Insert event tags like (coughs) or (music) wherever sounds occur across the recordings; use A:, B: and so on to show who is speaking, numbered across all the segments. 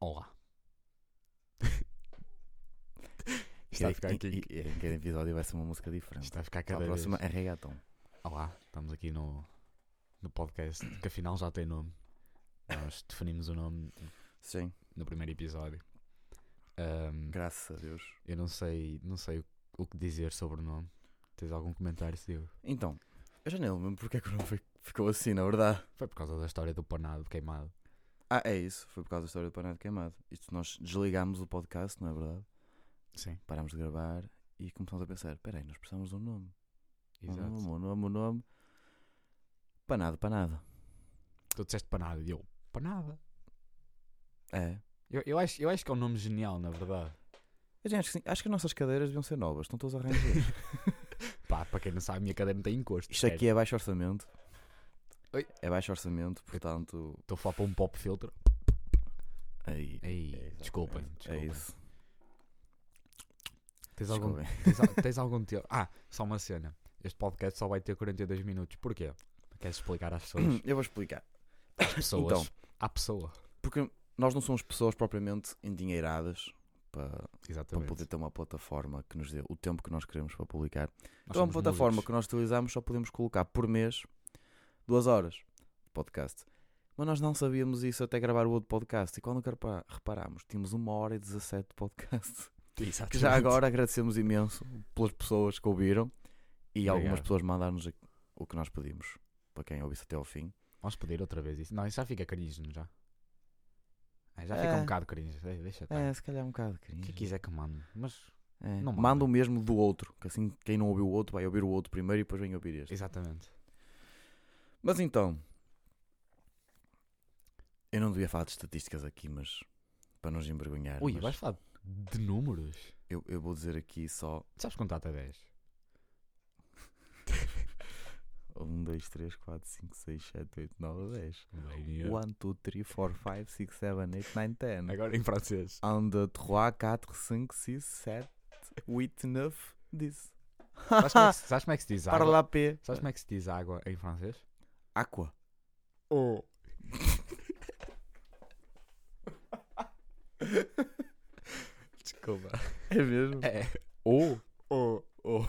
A: Olá.
B: (laughs) Está a ficar aqui. é.
A: E, e, em é cada episódio vai ser uma música diferente.
B: Está a ficar
A: Para
B: cada
A: a
B: vez.
A: próxima é reggaeton.
B: Olá, estamos aqui no, no podcast que afinal já tem nome. Nós definimos o nome
A: Sim,
B: no primeiro episódio. Ahm,
A: graças a Deus.
B: eu não sei, não sei o, o que dizer sobre o nome. Tens algum comentário, Silvio?
A: Então, eu já nem lembro porque é que o nome fi- ficou assim, na verdade.
B: Foi por causa da história do panado queimado.
A: Ah, é isso. Foi por causa da história do panado queimado. Isto nós desligámos o podcast, não é verdade?
B: Sim,
A: Parámos de gravar e começámos a pensar: peraí, nós precisamos de um nome. Um
B: exato.
A: nome, um nome, um nome. Panado, panado.
B: Tu disseste panado e eu, panada.
A: É.
B: Eu, eu, acho, eu acho que é um nome genial, na verdade.
A: Eu já acho que sim. Acho que as nossas cadeiras deviam ser novas. Estão todas (laughs) arranjadas.
B: Pá, para quem não sabe, a minha cadeira não tem encosto.
A: Isto aqui é baixo orçamento.
B: Oi.
A: É baixo orçamento, portanto.
B: Estou a falar para um pop filtro.
A: Aí.
B: Ei,
A: exatamente.
B: desculpem,
A: É
B: desculpem.
A: isso.
B: Tens algum,
A: Desculpem.
B: tens, al- tens algum teu. Ah, só uma cena. Este podcast só vai ter 42 minutos. Porquê? Queres explicar às
A: (coughs)
B: pessoas?
A: (laughs) Eu vou explicar.
B: Às pessoas.
A: Então.
B: À pessoa.
A: Porque nós não somos pessoas propriamente endinheiradas para, para
B: Exatamente.
A: poder ter uma plataforma que nos dê o tempo que nós queremos para publicar.
B: Nós
A: então, uma
B: somos
A: plataforma
B: músicos.
A: que nós utilizamos só podemos colocar por mês duas horas de podcast. Mas nós não sabíamos isso até gravar o outro podcast. E quando repa- reparámos, tínhamos uma hora e 17 de podcast. (laughs) Que
B: Exatamente.
A: já agora agradecemos imenso pelas pessoas que ouviram e algumas
B: Obrigado.
A: pessoas mandaram-nos o que nós pedimos para quem ouvisse até ao fim.
B: Vamos pedir outra vez isso. Não, isso já fica cringe, não já? Ah, já fica
A: É.
B: um bocado cringe. De- Deixa estar.
A: É, se calhar um bocado
B: O
A: cringe.
B: que quiser que mande. Mas.
A: É,
B: Não
A: Manda o mesmo do outro, que assim quem não ouviu o outro vai ouvir o outro primeiro e depois vem ouvir este.
B: Exatamente.
A: Mas então, eu não devia falar de estatísticas aqui, mas para nos envergonhar,
B: Ui,
A: mas
B: vais falar de números?
A: eu, eu vou dizer aqui só
B: Sabes contar até 10?
A: 1, 2, 3, 4, 5, 6, 7, 8, 9, 10. 1, 2, 3, 4, 5, 6, 7, 8, 9, 10.
B: Agora em
A: (laughs)
B: francês.
A: 1, 2, 3, 4, 5, 6, 7, 8, 9, 10.
B: Sabes como é que se- sabes como é que se diz
A: Para
B: água?
A: lá, P.
B: Sabes como é que se diz água em francês?
A: Aqua.
B: Oh. Desculpa.
A: É mesmo?
B: É. Oh. Oh. Oh.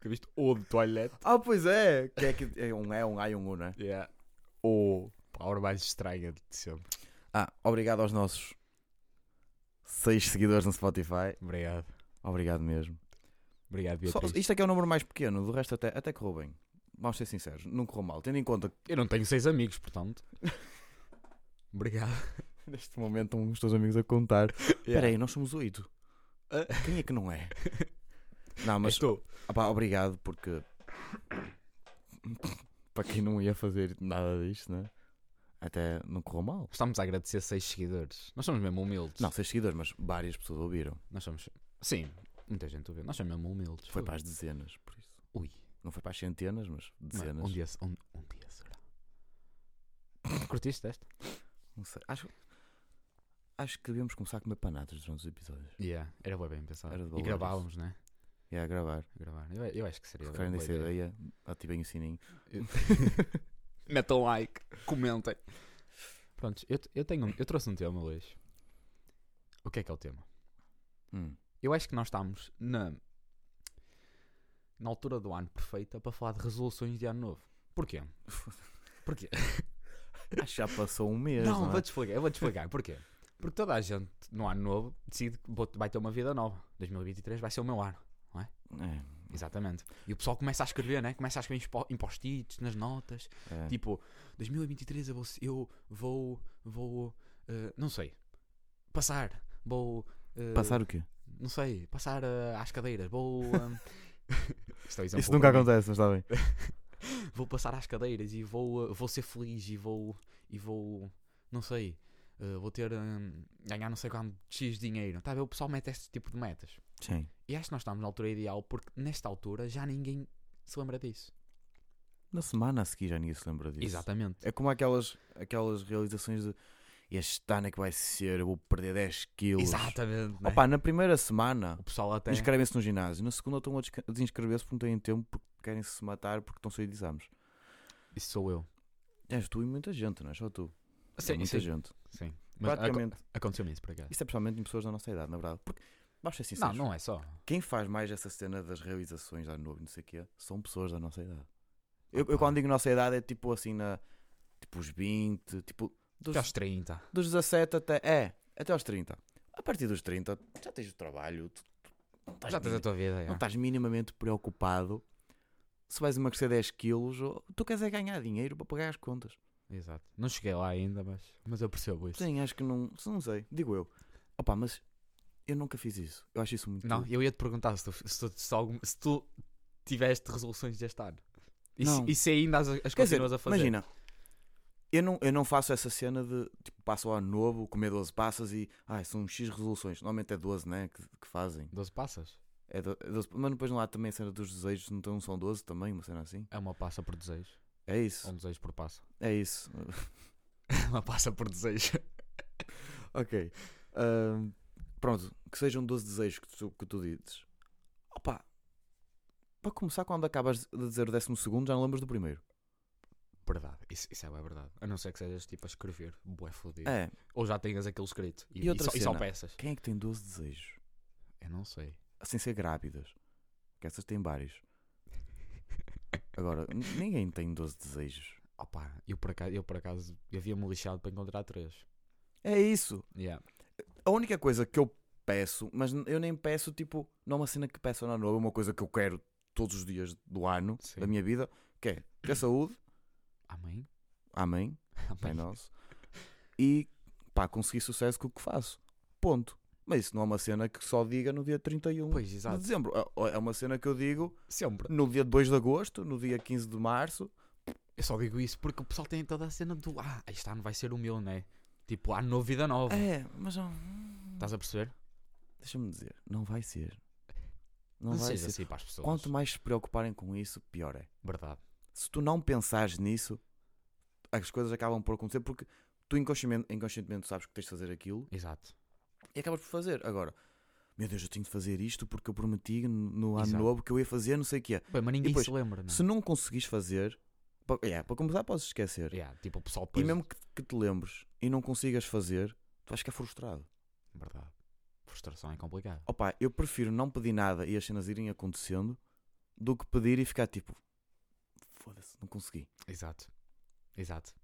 B: Que viste? Oh de toilette.
A: Ah, pois é. Que é, que é um é um A e um U, não é?
B: Yeah. Oh. Palavra mais estranha de sempre.
A: Ah, obrigado aos nossos seis seguidores no Spotify.
B: Obrigado.
A: Obrigado mesmo.
B: Obrigado,
A: Só-
B: Beatriz.
A: isto é que é o número mais pequeno, do resto até, até correu bem. Vamos ser sinceros, não correu mal. Tendo em conta que
B: Eu não tenho seis amigos, portanto. Obrigado.
A: neste momento estão os teus amigos a contar. Espera
B: (laughs) Yeah.
A: aí, nós somos oito.
B: Ah.
A: Quem é que
B: (laughs)
A: não é? Não, mas
B: Estou.
A: opá, obrigado porque (coughs) para quem não ia fazer nada disto, né? até não correu mal.
B: Estamos a agradecer seis seguidores. Nós somos mesmo humildes.
A: Não, seis seguidores, mas várias pessoas ouviram.
B: Nós somos. Sim, muita gente ouviu. Nós somos mesmo humildes.
A: Foi
B: Fogo.
A: para as dezenas, por isso.
B: Ui.
A: Não foi para as centenas, mas dezenas.
B: Mano, Um dia, se- um, um dia será. Curtiste esta?
A: Não sei. Acho, acho que devíamos começar a comer panadas durante os episódios.
B: Yeah, era bué bem pensado.
A: Era
B: e
A: de valores.
B: gravávamos, né?
A: E a gravar.
B: Gravar. Eu, eu um acho que seria.
A: Se querem
B: boa
A: dessa
B: ideia.
A: ideia,
B: é.
A: ativem o sininho.
B: (laughs) Metam like, comentem. Prontos, eu, eu, tenho, um- eu trouxe um tema hoje. O que é que é o tema?
A: (laughs) Hum.
B: Eu acho que nós estamos na, na altura do ano perfeita para falar de resoluções de ano novo. Porquê? (laughs) Porquê?
A: Acho que já passou um mês.
B: Não,
A: Não,
B: vou-te
A: é?
B: explicar, eu vou-te explicar. Porquê? Porque toda a gente, no ano novo, decide que vou- vai ter uma vida nova. 2023 vai ser o meu ano.
A: É,
B: Exatamente. E o pessoal começa a escrever, né? Começa a escrever em pospo- em post-its, nas notas.
A: é.
B: Tipo, 2023 eu vou. se- Eu vou, vou eh, não sei. Passar. Vou. eh,
A: Passar o quê?
B: Não sei. Passar eh, às cadeiras. Vou.
A: (laughs)
B: ehm, isto é um exemplo
A: Isso nunca
B: para mim.
A: acontece, mas está bem.
B: (laughs) Vou passar às cadeiras e vou, eh, vou ser feliz e vou. E vou. Não sei. eh, vou ter. ehm, ganhar não sei quanto X dinheiro. Tá a ver? O pessoal mete este tipo de metas.
A: Sim.
B: E acho que nós estamos na altura ideal porque nesta altura já ninguém se lembra disso.
A: Na semana a seguir já ninguém se lembra disso.
B: Exatamente.
A: É como aquelas, aquelas realizações de este ano é que vai ser, eu vou perder 10 quilos.
B: Exatamente. né?
A: Opa, na primeira semana
B: O pessoal até.
A: inscrevem-se no ginásio, na segunda estão a desca- a desinscrever-se porque não têm tempo, porque querem se matar, porque estão cheios de exames.
B: Isso sou eu.
A: És tu e muita gente, não é só tu. É
B: Sim,
A: muita
B: sim,
A: gente.
B: sim. Mas aco-
A: Praticamente.
B: aconteceu-me isso por acaso.
A: Isso é principalmente em pessoas da nossa idade, na verdade. Porque, vamos ser
B: Não,
A: sinceros,
B: não é só.
A: quem faz mais essa cena das realizações à novo e não sei o quê são pessoas da nossa idade. Eu, eu
B: Opa.
A: quando digo nossa idade é tipo assim na. Tipo os 20, tipo. Dos,
B: Até aos 30.
A: dos 17 até. É, até aos 30. A partir dos 30 já tens o trabalho, tu- tu- não estás
B: Já tens a
A: minim-
B: tua vida.
A: não tá.
B: é.
A: estás minimamente preocupado se vais emagrecer 10 quilos ou tu queres é ganhar dinheiro para pagar as contas.
B: Exato. Não cheguei lá ainda, mas, mas eu percebo isso.
A: Sim, acho que não. Não sei, digo eu. Opa, mas eu nunca fiz isso. Eu acho isso muito.
B: Não, eu ia te perguntar se tu, se tu, se algum- se tu tiveste resoluções deste ano. E,
A: Não.
B: se, e se ainda as, as
A: Quer dizer,
B: continuas a fazer.
A: Imagina, eu não, eu não faço essa cena de tipo, passo ao ano novo, comer 12 passas e. Ai, são um X resoluções. Normalmente é 12, né? Que, que fazem.
B: 12 passas?
A: É do- é 12, mas depois não há também a cena dos desejos, então são 12 também, uma cena assim.
B: É uma passa por desejo.
A: É
B: Ou
A: isso,
B: um desejo por passa.
A: é isso.
B: (laughs) uma passa por desejo.
A: ok. Ahm, pronto, que sejam 12 desejos que tu, que tu dizes. Opa, para começar, quando acabas de dizer o 12, já não lembras do primeiro.
B: Verdade. Isso, isso é bem verdade. A não ser que sejas tipo a escrever. Bué fodido.
A: É,
B: Ou já tenhas aquilo escrito. E,
A: E outra
B: e só, e só
A: cena.
B: peças.
A: quem é que tem 12 desejos?
B: Eu não sei.
A: Sem ser grávidas. Que essas têm vários. Agora, n- ninguém tem 12 desejos.
B: Opa, eu por acaso, eu por acaso havia-me lixado para encontrar três.
A: É isso.
B: Yeah.
A: A única coisa que eu peço, mas n- eu nem peço, tipo, não é uma cena que peço na nova, é uma coisa que eu quero todos os dias do ano,
B: Sim.
A: da minha vida, que é ter saúde,
B: Amém?
A: amém, Pai
B: Amém.
A: Nosso, e pá, conseguir sucesso com o que faço. Ponto. Mas isso não é uma cena que só diga no dia 31
B: Pois,
A: de
B: exato.
A: dezembro. É- É uma cena que eu digo
B: Sempre.
A: no dia 2 de agosto, no dia 15 de março.
B: Eu só digo isso porque o pessoal tem toda a cena do Ah, este ano vai ser o meu, né? Tipo, há novo, vida nova.
A: É, mas não.
B: Estás a perceber?
A: Tá, Deixa-me dizer, não vai ser. Não,
B: Não,
A: vai
B: seja
A: ser.
B: assim para as pessoas.
A: Quanto mais se preocuparem com isso, pior é.
B: Verdade.
A: se tu não pensares nisso, as coisas acabam por acontecer porque tu inconscientemente, inconscientemente sabes que tens de fazer aquilo
B: Exato.
A: e acabas por fazer. Agora, meu Deus, eu tenho de fazer isto porque eu prometi no no ano
B: Exato.
A: novo que eu ia fazer, não sei o que é.
B: Bem, mas ninguém
A: depois,
B: se lembra, não é?
A: Se não conseguires fazer, pa- yeah, para começar, podes esquecer.
B: Yeah, tipo, o pessoal
A: E
B: depois...
A: mesmo que, que te lembres e não consigas fazer, tu vais ficar frustrado.
B: Verdade. Frustração é complicado.
A: Opa, eu prefiro não pedir nada e as cenas irem acontecendo do que pedir e ficar tipo, foda-se, não consegui.
B: Exato. Exato.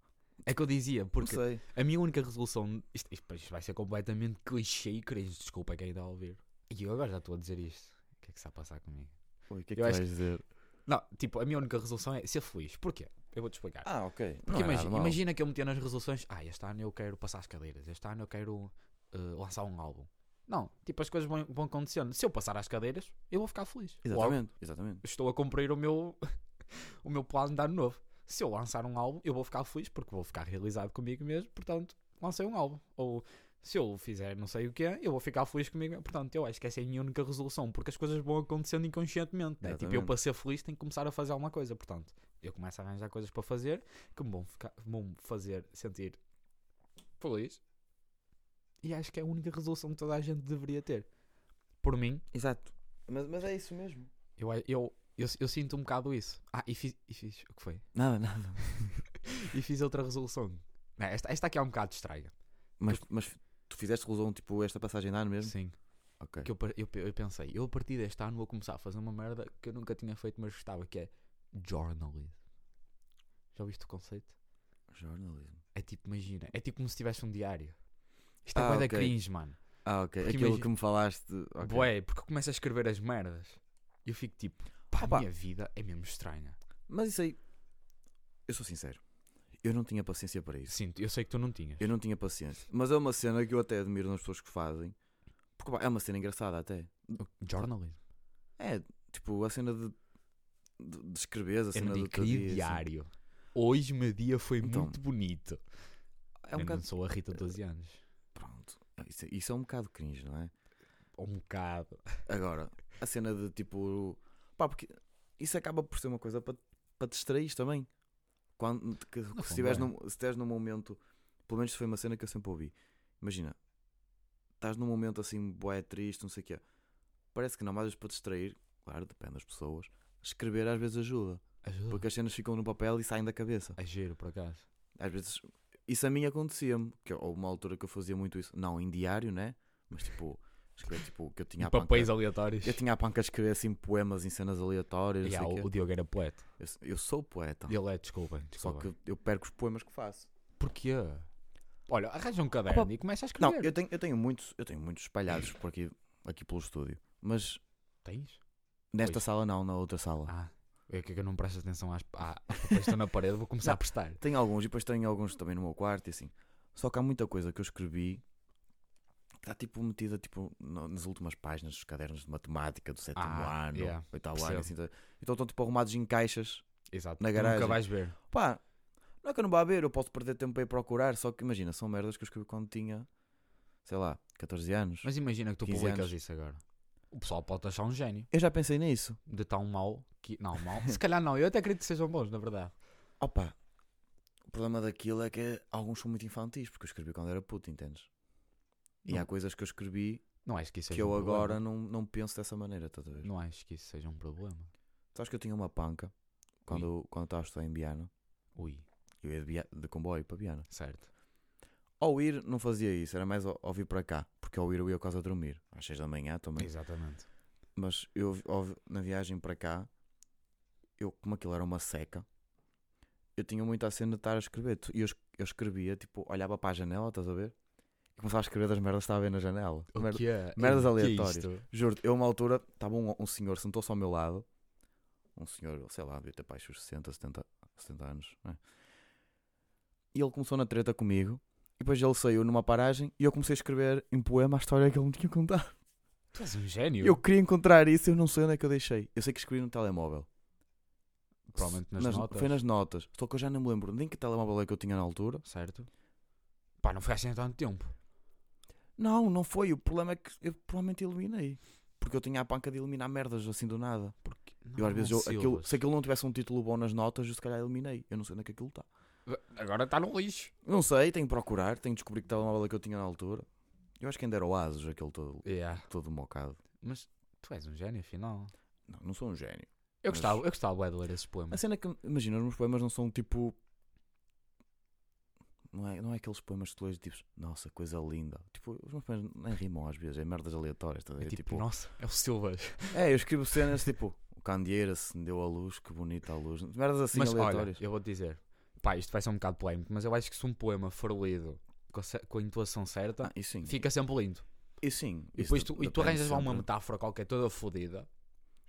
B: É que eu dizia, porque
A: não sei.
B: a minha única resolução... Isto, isto- isto vai ser completamente clichê e cringe. Desculpa quem está a ouvir. E eu agora já estou a dizer isto. O que é que está a passar comigo?
A: Oi, o que é que
B: Eu
A: tu
B: acho
A: vais dizer?
B: Não, tipo, a minha única resolução é ser feliz. Porquê? Eu vou-te explicar.
A: Ah, ok.
B: Porque
A: Não é nada
B: imagina,
A: mal.
B: imagina que eu metia nas resoluções, ah, este ano eu quero passar as cadeiras, este ano eu quero eh, lançar um álbum. Não, tipo, as coisas vão, vão acontecendo. Se eu passar as cadeiras, eu vou ficar feliz. Logo,
A: Exatamente, exatamente.
B: estou a cumprir o meu, (laughs) o meu plano de ano novo. Se eu lançar um álbum, eu vou ficar feliz porque vou ficar realizado comigo mesmo, portanto, lancei um álbum. Ou se eu fizer não sei o que eu vou ficar feliz comigo mesmo. Portanto, eu acho que essa é a minha única resolução, porque as coisas vão acontecendo inconscientemente. Né? Tipo, eu
A: Exatamente.
B: para ser feliz tenho que começar a fazer alguma coisa. Portanto, eu começo a arranjar coisas para fazer que me vão, ficar, vão me fazer sentir feliz. E acho que é a única resolução que toda a gente deveria ter. Por mim,
A: Exato. Mas, mas é isso mesmo.
B: eu, a- eu, eu, eu sinto um bocado isso. Ah, e fiz, e fiz o que foi?
A: Nada, nada.
B: E fiz outra resolução. Não, esta, esta aqui é um bocado estranha.
A: Mas, mas tu fizeste resolução tipo esta passagem de ano mesmo?
B: Sim.
A: Ok.
B: Que eu, par- eu, pe- eu pensei, eu a partir deste ano vou começar a fazer uma merda que eu nunca tinha feito, mas gostava, que é journaling. Já ouviste o conceito?
A: Jornalismo.
B: É tipo, imagina, é tipo como se tivesse um diário. Isto é
A: Ah,
B: bué da
A: ok.
B: cringe, mano.
A: Ah, ok.
B: Porque
A: Aquilo
B: imagi-
A: que me falaste. ok.
B: Bué, porque eu começo a escrever as merdas. E eu fico tipo, pá,
A: Opa.
B: a minha vida é mesmo estranha.
A: Mas isso aí. Eu sou sincero. Eu não tinha paciência para isso.
B: Sinto, eu sei que tu não tinhas.
A: Eu não tinha paciência. Mas é uma cena que eu até admiro nas pessoas que fazem. Porque pá, é uma cena engraçada até.
B: Journaling.
A: É, tipo, a cena de. De, de escrever, a
B: Eu
A: cena
B: não
A: do
B: digo
A: teu
B: querido
A: dia, assim.
B: diário. Hoje meu dia foi
A: Então,
B: muito bonito.
A: É um
B: eu
A: bocado. eh,
B: não sou a Rita de 12 anos.
A: Pronto. Isso, isso é um bocado cringe, não é?
B: Um bocado.
A: Agora, a cena de tipo. Pá, porque isso acaba por ser uma coisa para para te distrair também. Quando, que, que se estiveres num,
B: convém.
A: se estiveres num momento. Pelo menos foi uma cena que eu sempre ouvi. Imagina, estás num momento assim, boé, triste, não sei o quê. Parece que não, mas às vezes para te distrair, claro, depende das pessoas. Escrever às vezes ajuda,
B: Ajuda.
A: porque as cenas ficam no papel e saem da cabeça.
B: É giro, por acaso.
A: Às vezes, Isso a mim acontecia-me, que houve uma altura que eu fazia muito isso, não em diário, né? Mas tipo, escrever tipo, que eu tinha a panca,
B: Papéis aleatórios.
A: eu tinha a panca a escrever assim poemas em cenas aleatórias, não
B: Yeah,
A: sei o
B: o, o
A: quê.
B: Diogo era poeta.
A: Eu, eu sou poeta,
B: Ele é, desculpa.
A: Então. só
B: desculpa.
A: que eu perco os poemas que faço.
B: Porquê? Olha, arranja um caderno
A: Opa,
B: e começa a escrever.
A: Não, eu tenho, eu tenho muitos, eu tenho muitos espalhados por aqui, aqui pelo estúdio, mas
B: Tens?
A: nesta
B: Pois.
A: sala não, na outra sala.
B: Ah, eu que é que eu não presto atenção às, à- aos papéis que estão na parede, vou começar a prestar.
A: Tenho alguns e depois tenho alguns também no meu quarto e assim. Só que há muita coisa que eu escrevi que está tipo metida tipo, no- nas últimas páginas dos cadernos de matemática do sétimo
B: Ah,
A: ano,
B: yeah,
A: oitavo ano,
B: percebo.
A: assim. tá- Então estão tipo arrumados em caixas.
B: Exato.
A: Na
B: tu
A: garagem.
B: nunca vais ver.
A: Pá, não é que eu não vá ver, eu posso perder tempo para ir procurar, só que imagina, são merdas que eu escrevi quando tinha, sei lá, 14 anos.
B: Mas imagina que tu
A: 15
B: publicas
A: anos.
B: isso agora. O pessoal pode achar um gênio
A: Eu já pensei nisso.
B: de tão mau que. Não,
A: (laughs)
B: mau. Se calhar não, eu até acredito que sejam bons, na verdade.
A: Opa, o problema daquilo é que alguns são muito infantis, porque eu escrevi quando era puto, entendes? E
B: Não.
A: há coisas que eu escrevi
B: Não acho que isso seja
A: que eu
B: um
A: agora
B: problema.
A: não, não penso dessa maneira, estás a ver?
B: Não acho que isso seja um problema.
A: Sabes que eu tinha uma panca quando eu- quando estava a estudar em Biana.
B: Ui,
A: Eu ia de, Bia- de comboio para Biana.
B: certo.
A: Ao ir, não fazia isso, era mais ao, ao vir para cá, porque ao ir eu ia quase a dormir, às 6 da manhã também.
B: Exatamente.
A: Mas eu, ao- na viagem para cá, eu, como aquilo era uma seca, eu tinha muito a cena de estar a escrever. Tu- E eu, es- eu escrevia, tipo, olhava para a janela, estás a ver? E começava a escrever das merdas que estava a ver na janela.
B: O
A: Merda-
B: que é?
A: merdas
B: O que é
A: aleatórias.
B: isto?
A: Juro-te, eu, a uma altura, estava um, um senhor, sentou-se ao meu lado. Um senhor, sei lá, devia ter pais seus 60, 70, 70 anos. não é? E ele começou na treta comigo. E depois ele saiu numa paragem e eu comecei a escrever em poema a história que ele me tinha contado.
B: Tu és um gênio.
A: Eu queria encontrar isso, eu não sei onde é que eu deixei. Eu sei que escrevi no telemóvel.
B: Provavelmente nas, notas.
A: Foi nas notas. Só que eu já não me lembro nem que telemóvel é que eu tinha na altura.
B: Certo. Pá, não foi assim há tanto tempo.
A: Não, não foi. O problema é que eu provavelmente eliminei. Porque eu tinha a panca de eliminar merdas assim do nada.
B: Porque
A: eu às
B: não,
A: vezes, eu,
B: Ah, Silvas.
A: aquilo, se aquilo não tivesse um título bom nas notas, eu se calhar eliminei. Eu não sei onde é que aquilo está.
B: Agora está no lixo.
A: Não sei, tenho que procurar, tenho que descobrir que telemóvel é que eu tinha na altura. Eu acho que ainda era o Asus, aquele todo,
B: Yeah.
A: todo mocado.
B: Mas tu és um gênio, afinal.
A: Não, não sou um gênio.
B: Eu
A: Mas-
B: gostava, eu gostava bué de ler esses
A: A
B: poemas.
A: cena é que, imagina, os meus poemas não são tipo. Não é, não é aqueles poemas que tu lês tipo, nossa, coisa linda. Tipo, os meus poemas nem rimam às vezes, é merdas aleatórias. Tá? a
B: É
A: ver?
B: tipo,
A: tipo,
B: nossa, é o Silvas.
A: é, eu escrevo cenas tipo, o candeeiro acendeu a luz, que bonita a luz. Merdas assim
B: mas olha,
A: aleatórias.
B: eu vou-te dizer. Pá, isto vai ser um bocado polémico, mas eu acho que se um poema for lido com a, ce- com a intuação certa,
A: Ah, e sim,
B: tá. fica sempre lindo.
A: e sim.
B: E
A: isso
B: depois tu, e tu
A: depende
B: arranjas lá uma
A: sempre.
B: metáfora qualquer toda fodida.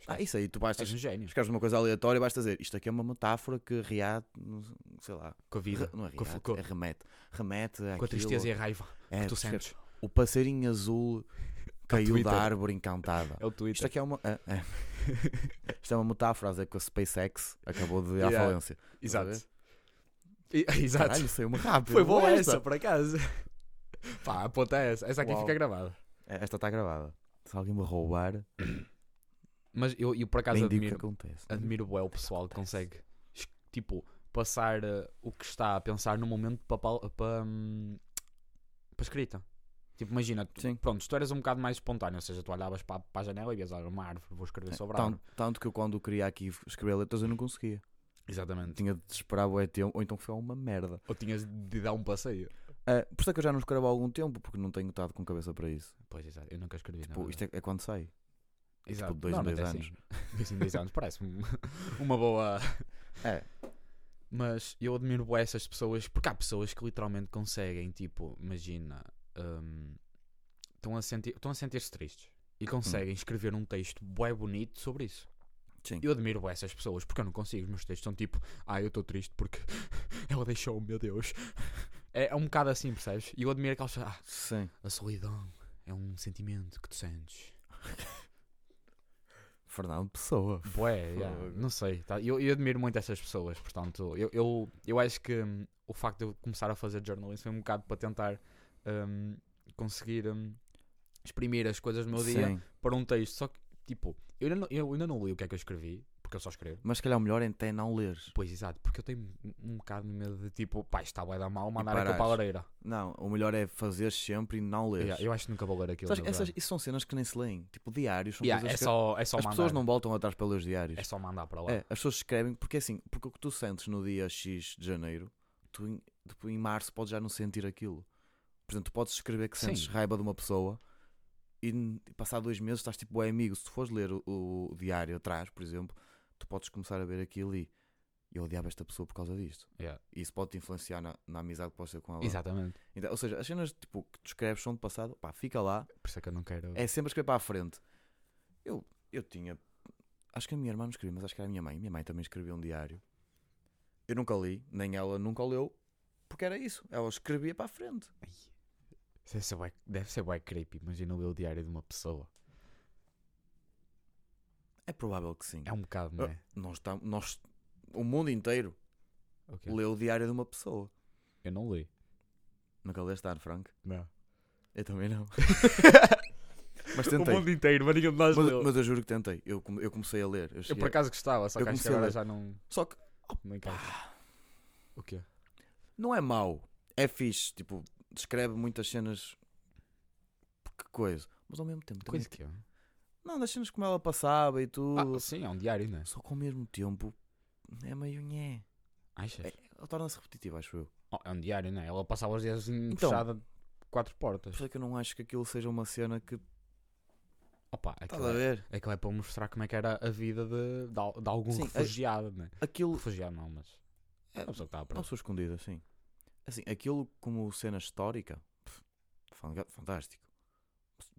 A: Ah, isso aí, tu basta.
B: És um gênio.
A: Escreves uma coisa aleatória e basta dizer isto aqui é uma metáfora que reate, não sei lá,
B: Com a vida,
A: re- não é
B: com a-
A: reate,
B: com a-
A: é remete, remete
B: com a tristeza e a raiva
A: é,
B: que tu
A: percebes?
B: sentes.
A: O passarinho azul caiu
B: Tá Twitter.
A: da árvore encantada.
B: É o
A: Isto
B: Twitter.
A: aqui é uma. é, é. (laughs) Isto é uma metáfora a dizer que a SpaceX acabou de ir à
B: Yeah.
A: falência.
B: Exato.
A: Estás
B: E- (laughs) Exato.
A: Caralho, saiu-me rápido. é
B: Foi é? boa essa, por acaso. Pá, aponta essa. Essa aqui
A: Uau.
B: fica gravada.
A: É, Esta está gravada. Se alguém me roubar,
B: Mas eu, eu por acaso
A: nem digo o que
B: admiro,
A: acontece.
B: admiro bué o pessoal que consegue, es- tipo, passar eh, o que está a pensar no momento para para hum, escrita. Tipo, imagina, tu,
A: Sim.
B: pronto, se tu eras um bocado mais espontâneo, ou seja, tu olhavas para, a janela e vias olha, uma árvore, vou escrever sobre a
A: É, Tanto,
B: árvore.
A: tanto que eu quando queria aqui escrever letras eu não conseguia.
B: Exatamente.
A: Tinha de esperar o tempo, ou então foi uma merda.
B: Ou tinhas de dar um passeio.
A: Ah, por isso é que eu já não escrevo há algum tempo, porque não tenho estado com cabeça para isso.
B: Pois, exato. Eu nunca escrevi,
A: Pô, isto é, é quando sai.
B: Exato.
A: dois em
B: Normalmente
A: dois
B: é assim. dois em dois anos, parece-me (laughs) uma boa...
A: (laughs) É.
B: Mas eu admiro bué essas pessoas, porque há pessoas que literalmente conseguem, tipo, imagina, hum, estão a sentir, estão a sentir-se tristes
A: Hum.
B: e conseguem escrever um texto bué bonito sobre isso.
A: Sim.
B: Eu admiro bué essas pessoas, porque eu não consigo, os meus textos são tipo, ah, eu estou triste porque (laughs) ela deixou-me, meu Deus. (laughs) É, é um bocado assim, percebes? E eu admiro aquelas pessoas, ah,
A: Sim.
B: a solidão é um sentimento que tu sentes.
A: Fernando Pessoa. (laughs)
B: Bué, yeah,
A: Fogo.
B: não sei. tá, Eu, eu admiro muito essas pessoas, portanto, eu, eu, eu acho que hum, o facto de eu começar a fazer jornalismo foi um bocado para tentar hum, conseguir hum, exprimir as coisas do meu dia
A: Sim.
B: para um texto. Só que, tipo, eu ainda, não, eu ainda não li o que é que eu escrevi, porque eu só escrevo.
A: Mas se calhar o melhor é até não leres.
B: Pois, exato, porque eu tenho um- um bocado de medo de tipo, pá, isto está bué da mal, mandar
A: parares.
B: aquilo para a lareira.
A: Não, o melhor é fazer sempre e não leres.
B: Yeah, eu acho que é nunca vou ler aquilo.
A: Sabes
B: na
A: que essas,
B: verdade.
A: isso são cenas que nem se leem. Tipo, diários são
B: Yeah,
A: coisas
B: é,
A: que
B: só, é só
A: as
B: mandar.
A: pessoas não voltam atrás pelos diários.
B: É só mandar para lá.
A: É, as pessoas escrevem porque é assim, porque o que tu sentes no dia X de janeiro tu em, tipo, em março podes já não sentir aquilo. Por exemplo, tu podes escrever que
B: Sim.
A: sentes raiva de uma pessoa e n- passar dois meses estás tipo, é amigo. Se tu fores ler o, o diário atrás, por exemplo, tu podes começar a ver aquilo e eu odiava esta pessoa por causa disto.
B: Yeah.
A: E isso pode te influenciar na, na amizade que podes ter com ela.
B: Exatamente.
A: Então, ou seja, as cenas tipo, que tu escreves são de passado, pá, fica lá,
B: Por isso é que eu não quero.
A: é sempre escrever para a frente. Eu, eu tinha. Acho que a minha irmã não escreveu, mas acho que era a minha mãe. Minha mãe também escreveu um diário. Eu nunca li, nem ela nunca leu, porque era isso. Ela escrevia para a frente.
B: Ai. Isso Deve ser bué- deve ser bué creepy. Imagina ler o diário de uma pessoa.
A: É né? provável que sim. Ah,
B: É um bocado, não é?
A: Nós, tam- nós, o mundo inteiro
B: Ok.
A: leu o diário de uma pessoa.
B: Eu não li.
A: Nunca leste Anne Frank? (laughs)
B: Não.
A: Eu também não. (laughs) Mas
B: O
A: tentei.
B: mundo inteiro, mas ninguém de nós
A: Mas,
B: leu.
A: mas eu juro que tentei. Eu, come- eu comecei a ler. Eu
B: eu
A: cheguei-
B: por acaso gostava, só
A: Eu
B: que acho que
A: comecei a
B: agora
A: ler.
B: já não,
A: Só que
B: não encaixa. O quê?
A: não é mau, é fixe, tipo, descreve muitas cenas que coisa, mas ao mesmo tempo também...
B: Coisa que é.
A: não, das cenas como ela passava e tudo,
B: Ah, sim, é um diário, não é?
A: só que ao mesmo tempo é meio nhé,
B: Achas?
A: É. ela torna-se repetitiva, acho eu.
B: Oh, é um diário, não é? Ela passava os dias assim,
A: Então.
B: fechada de quatro
A: Por
B: portas.
A: isso é que eu não acho que aquilo seja uma cena que
B: Opa,
A: estás a
B: aquilo é,
A: ver,
B: aquilo é para mostrar como é que era a vida de, de, al- de algum
A: Sim, a-
B: refugiado, não é?
A: aquilo
B: Refugiado não, mas. É
A: É,
B: uma pessoa que estava
A: não
B: presa.
A: sou escondida, sim, assim, aquilo como cena histórica, pff, fan- fantástico,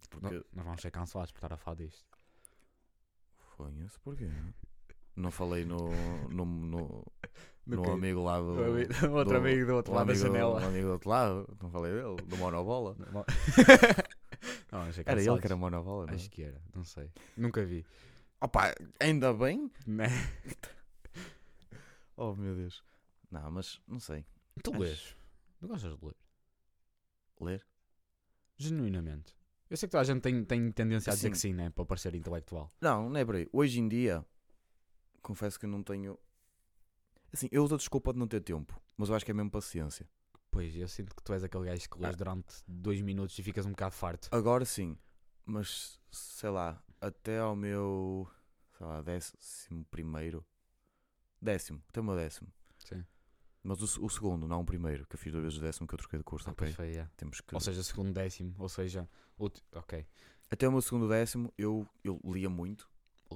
A: porque
B: Não- Nós vamos ser cancelados por estar a falar disto.
A: Conheço porquê. Não falei no, no, no,
B: No
A: no
B: quê?
A: amigo lá do.
B: Do ami- do outro amigo do outro lado da
A: amigo-
B: janela.
A: do amigo do outro lado, não falei dele, do (laughs) monobola.
B: Não, não- Não, vamos ser
A: Era ele
B: cancelados.
A: que era monobola, não é?
B: Acho que era, não sei. Nunca vi.
A: Opa, ainda bem?
B: Né?
A: Oh meu Deus. Não, mas não sei.
B: (laughs) Tu
A: Acho-
B: lês? Não gostas de ler?
A: Ler?
B: Genuinamente. Eu sei que toda a gente tem, tem tendência a dizer
A: Sim.
B: que sim, né? Para parecer intelectual.
A: Não, não é por aí. Hoje em dia, confesso que não tenho. Assim, eu uso a desculpa de não ter tempo, mas eu acho que é mesmo paciência.
B: Pois, eu sinto que tu és aquele gajo que lês
A: Ah.
B: durante dois minutos e ficas um bocado farto.
A: Agora sim, mas sei lá, até ao meu, sei lá, décimo primeiro, décimo, até o meu décimo,
B: Sim.
A: mas o, se- o segundo, não o primeiro, que eu fiz duas vezes o décimo que eu troquei de curso,
B: Ah,
A: ok?
B: pois foi, é.
A: Temos que...
B: Ou seja, segundo décimo, ou seja, ulti- ok.
A: Até o meu segundo décimo eu, eu lia muito,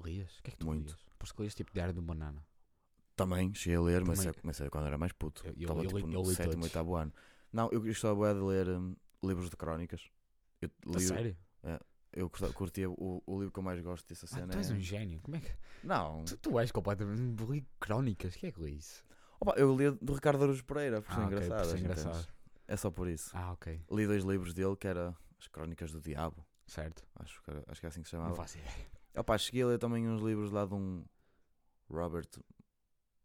B: Lias? O que é que tu
A: Muito.
B: lias? Pois que lias tipo Diário de um Banana.
A: também cheguei a ler, mas
B: Também.
A: é- mas é quando era mais puto,
B: Eu- eu-
A: estava
B: eu li-
A: tipo
B: eu
A: no
B: li
A: sétimo,
B: todos.
A: oitavo ano. Não, eu gostava bué de ler hum, livros de crónicas, eu,
B: A
A: li,
B: sério?
A: eu curta- curtia, o, o livro que eu mais gosto dessa
B: Ah,
A: cena
B: tu és
A: é...
B: um gênio. Como é que...
A: Não,
B: Tu, tu és completamente... Li crónicas. Quem é que lê isso?
A: Opa, eu li do Ricardo Aruz Pereira, por ser
B: Ah, ok, por
A: engraçado.
B: ser
A: acho
B: é engraçado.
A: intenso. É só por isso.
B: Ah, ok.
A: Li dois livros dele que era As Crónicas do Diabo,
B: Certo.
A: acho que, era- acho que é assim que se
B: Não
A: chamava.
B: faço ideia.
A: Opa, cheguei a ler também uns livros lá de um Robert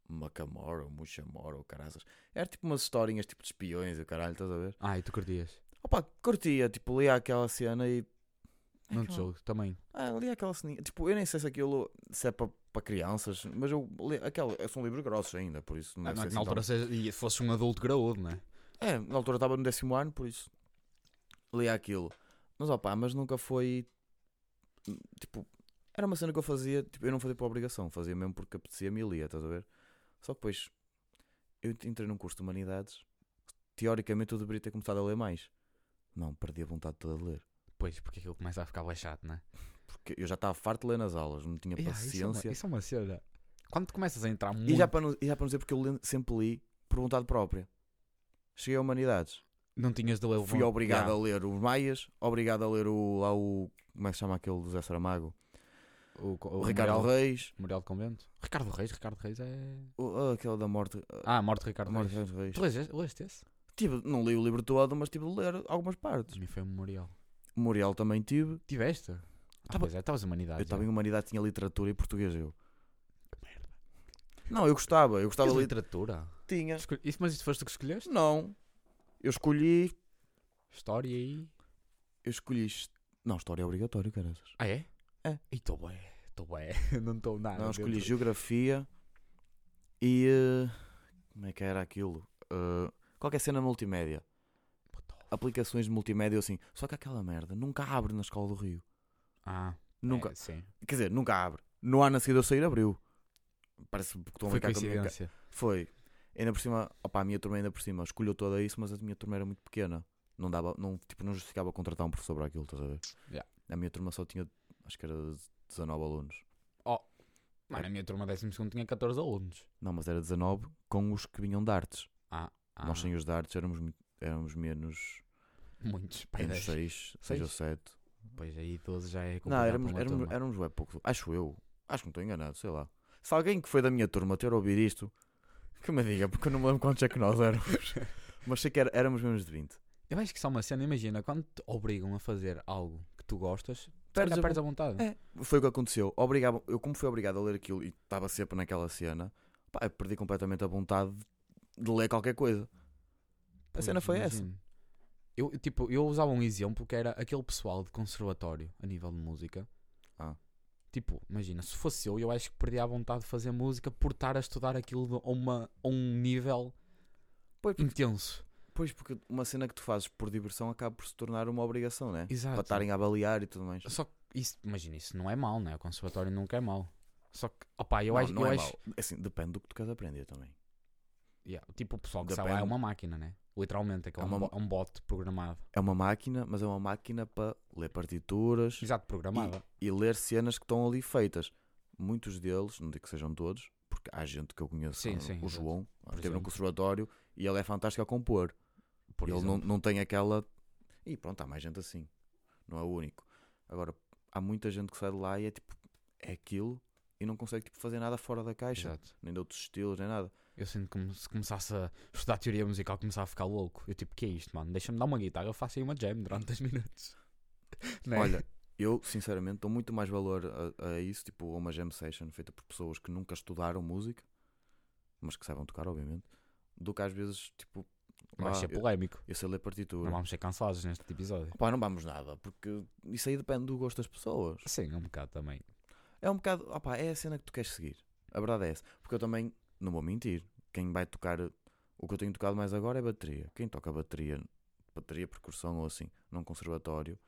A: Macamora, ou Muchamora, ou caraças. Era tipo umas historinhas tipo de espiões e o caralho, estás a ver?
B: Ah, e tu curtias?
A: Opa, curtia, tipo, lia aquela cena e.
B: Não te
A: Aquela-
B: julgo. Também.
A: Ah, li aquela ceninha. Tipo, eu nem sei se aquilo se é para crianças, mas eu li aquela. São livros grossos ainda, por isso não
B: Ah,
A: deve
B: não,
A: ser
B: na
A: assim tão-
B: altura seja, e fosse um adulto graúdo, não é?
A: É, na altura estava no décimo ano, por isso lia aquilo. Mas opá, mas nunca foi. Tipo, era uma cena que eu fazia, tipo, eu não fazia por obrigação, fazia mesmo porque apetecia-me e lia, estás a ver? Só que depois eu entrei num curso de humanidades, teoricamente eu deveria ter começado a ler mais. Não, perdi a vontade toda de ler.
B: Pois, porque aquilo começa a ficar bem chato, não é?
A: Porque eu já estava farto de ler nas aulas, não tinha
B: Yeah, isso, é uma,
A: paciência.
B: isso é uma cena. Quando tu começas a entrar muito.
A: E já, para não, e já para não dizer, porque eu le- sempre li por vontade própria. Cheguei a humanidades.
B: Não tinhas de ler o
A: Fui
B: bom-
A: obrigado
B: Yeah.
A: a ler os Maias, obrigado a ler o, lá o. Como é que se chama aquele do Zé Saramago?
B: O,
A: O, Ricardo
B: Reis.
A: Reis,
B: Memorial de Convento. Ricardo Reis, Ricardo Reis é.
A: o- ah, aquele da morte.
B: Ah, a morte de
A: a
B: Ricardo
A: morte de
B: Reis.
A: Ricardo Reis.
B: Tu leste- leste esse?
A: Tive, não li o livro todo, mas tive de ler algumas partes.
B: Também foi um memorial.
A: O Muriel também tive.
B: Tiveste? Ah,
A: Tava-
B: pois é, estavas humanidade.
A: Eu estava em humanidade, tinha literatura e português eu. Não, eu gostava, eu gostava de literatura.
B: literatura.
A: Tinha.
B: Escolhi- Isso, mas isso foste tu que escolheste?
A: Não. Eu escolhi.
B: História e.
A: Eu escolhi. his- Não, história é obrigatório, caras.
B: Ah, é?
A: É.
B: E estou bem. Estou bem. (laughs) Não estou nada.
A: Não, eu escolhi
B: dentro.
A: geografia e. eh, como é que era aquilo? Eh, qualquer cena multimédia.
B: Puta.
A: aplicações de multimédia eu assim, só que aquela merda nunca abre na escola do Rio.
B: Ah,
A: Nunca.
B: é, sim.
A: Quer dizer, nunca abre. No ano a seguir eu sair abriu. Parece que estou a
B: Foi
A: brincar com a minha
B: coincidência.
A: ca- Foi. Ainda por cima, opa, a minha turma ainda por cima escolheu toda isso, mas a minha turma era muito pequena. Não dava, não, tipo, não justificava contratar um professor para aquilo, estás a ver?
B: Yeah.
A: A minha turma só tinha, acho que era 19 alunos.
B: Mano, a minha turma 12 tinha 14 alunos.
A: Não, mas era 19 com os que vinham de artes.
B: Ah,
A: Nós sem os de artes éramos, mu- éramos menos,
B: Muitos. Pai,
A: menos
B: 10.
A: 6, 6 ou 7.
B: Pois aí 12 já é
A: Não,
B: complicado
A: éramos,
B: para uma
A: éramos,
B: turma.
A: éramos um bué poucos. Acho eu. Acho que não estou enganado, sei lá. Se alguém que foi da minha turma ter ouvido isto, que me diga, porque eu não me lembro quantos é que
B: (laughs)
A: nós éramos. Mas sei que era- éramos menos de 20.
B: Eu acho que só uma cena, imagina, quando te obrigam a fazer algo que tu gostas,
A: Perdes
B: perdes,
A: a
B: perdes a vontade.
A: É. Foi o que aconteceu. Obrigava, eu, como fui obrigado a ler aquilo e estava sempre naquela cena, pá, eu perdi completamente a vontade de ler qualquer coisa. A
B: Pois,
A: cena foi essa.
B: imagino. Eu, tipo, eu usava um exemplo que era aquele pessoal de conservatório a nível de música.
A: Ah.
B: Tipo, imagina, se fosse eu, eu acho que perdia a vontade de fazer música por estar a estudar aquilo de- a, uma, a um nível
A: Pois, porque-
B: intenso.
A: Pois, porque uma cena que tu fazes por diversão acaba por se tornar uma obrigação, né?
B: Exato.
A: Para estarem a avaliar e tudo mais.
B: Tipo, Só que isso, imagina, isso não é mau, né? O conservatório nunca é mau. Só que, opá, eu
A: não,
B: acho.
A: não
B: eu
A: é
B: acho
A: mau. Assim, depende do que tu queres aprender também.
B: Yeah, tipo, o pessoal que sei lá é
A: Depende.
B: uma máquina, né? Literalmente, aquele
A: É
B: é
A: uma
B: um,
A: ma-
B: bo- um bot programado.
A: É uma máquina, mas é uma máquina para ler partituras,
B: Exato, programada.
A: e ler cenas que estão ali feitas. Muitos deles, não digo que sejam todos, porque há gente que eu conheço,
B: Sim,
A: como
B: sim,
A: o
B: exato.
A: João, esteve no
B: exemplo.
A: conservatório e ele é fantástico a compor.
B: Por
A: ele não,
B: exemplo.
A: não tem aquela. E pronto, há mais gente assim. Não é o único. Agora, há muita gente que sai de lá e é tipo, é aquilo e não consegue tipo, fazer nada fora da caixa,
B: Exato.
A: nem de outros estilos, nem nada.
B: Eu sinto como se começasse a estudar teoria musical, começava a ficar louco. Eu tipo, que é isto, mano? Deixa-me dar uma guitarra, eu faço aí uma jam durante 10 (laughs) minutos. Né?
A: Olha, eu sinceramente dou muito mais valor a, a isso, tipo a uma jam session feita por pessoas que nunca estudaram música, mas que saibam tocar, obviamente, do que às vezes, tipo,
B: vai
A: ah,
B: ser
A: eu,
B: é polémico.
A: eu sei ler partitura.
B: Não vamos ser cancelados neste episódio.
A: Pá, não vamos nada, porque isso aí depende do gosto das pessoas.
B: Sim, um bocado também.
A: É um bocado, opá, é a cena que tu queres seguir. A verdade é essa. Porque eu também, não vou mentir, quem vai tocar, o que eu tenho tocado mais agora é bateria. Quem toca bateria, bateria, percussão ou assim, num conservatório,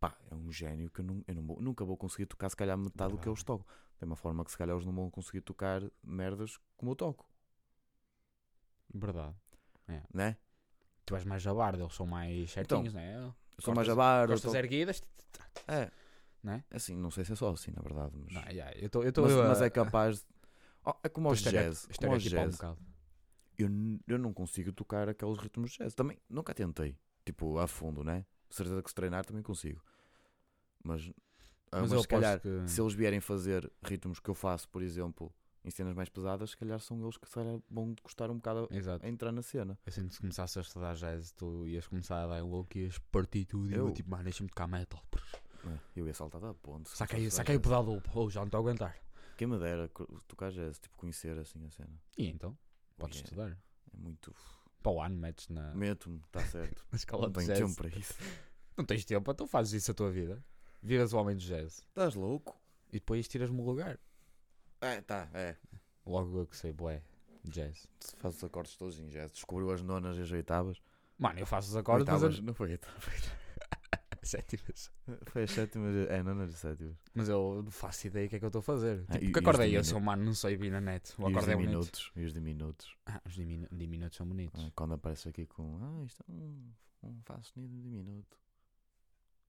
A: pá, é um gênio que eu, não, eu não vou- nunca vou conseguir tocar, se calhar, metade do que eles tocam. Da uma forma que, se calhar, eles não vão conseguir tocar merdas como eu toco,
B: Verdade.
A: né?
B: Tu vais mais a barda, eles são mais certinhos, né?
A: Eu
B: Costas-
A: sou mais abar, Então, eu
B: Costas
A: toco...
B: erguidas. t- t-
A: É,
B: Né?
A: assim, não sei se é só assim, na verdade, mas,
B: Não, é yeah, eu tô, eu tô,
A: mas,
B: eu,
A: mas
B: ah,
A: é capaz de... Oh, é como
B: tô
A: aos
B: estere-
A: jazz, como aos
B: estereotipar um
A: jazz. Ah,
B: bocado.
A: eu, n- eu não consigo tocar aqueles ritmos de jazz. Também nunca tentei, tipo, a fundo, né? Certeza que se treinar também consigo. Mas, ah,
B: Mas
A: mas
B: eu
A: se calhar,
B: aposto que...
A: se eles vierem fazer ritmos que eu faço, por exemplo, em cenas mais pesadas, se calhar são eles que se calhar, vão custar um bocado
B: Exato.
A: a entrar na cena.
B: Eu sinto que se começasse a estudar jazz, tu ias começar a dar louco, ias partir tudo e
A: Eu?
B: eu tipo, mano, deixa-me tocar metal.
A: Ah, Eu ia saltar da ponte. se
B: É. Saca aí,
A: fosse
B: saca aí o
A: tocar
B: pedal do oh, já não estou a aguentar.
A: jazz. Quem me dera co- tocar jazz, tipo, conhecer assim a cena.
B: E então, podes
A: Ui, é-
B: estudar.
A: É muito.
B: Para o ano metes na, na
A: Meto-me, está
B: (laughs)
A: certo.
B: escola
A: não
B: Ah. de
A: tenho
B: jazz.
A: tempo
B: (laughs)
A: para isso.
B: Não tens tempo, então fazes isso a tua vida. Viras o homem do jazz.
A: Estás louco?
B: E depois tiras-me o lugar.
A: É, tá, é.
B: Logo eu que sei, boé, jazz.
A: Faz os acordes todos em jazz. Descobriu as nonas e as oitavas.
B: Mano, eu faço os acordes, mas
A: Oitavas,
B: eu...
A: não foi oitavas.
B: sétimas.
A: (laughs) Foi as sétimas. É, nonas e sétimas.
B: Mas eu não faço ideia do que é que eu estou a fazer.
A: Ah,
B: Tipo,
A: e-
B: que
A: e os
B: acordei eu,
A: diminu-
B: seu mano, não sei, vi na net. O
A: e os
B: acorde é bonito.
A: diminutos. E os diminutos.
B: Ah, os diminu- diminutos são bonitos.
A: Ah, Quando aparece aqui com. Ah, isto é um. Um Fá sustenido diminuto.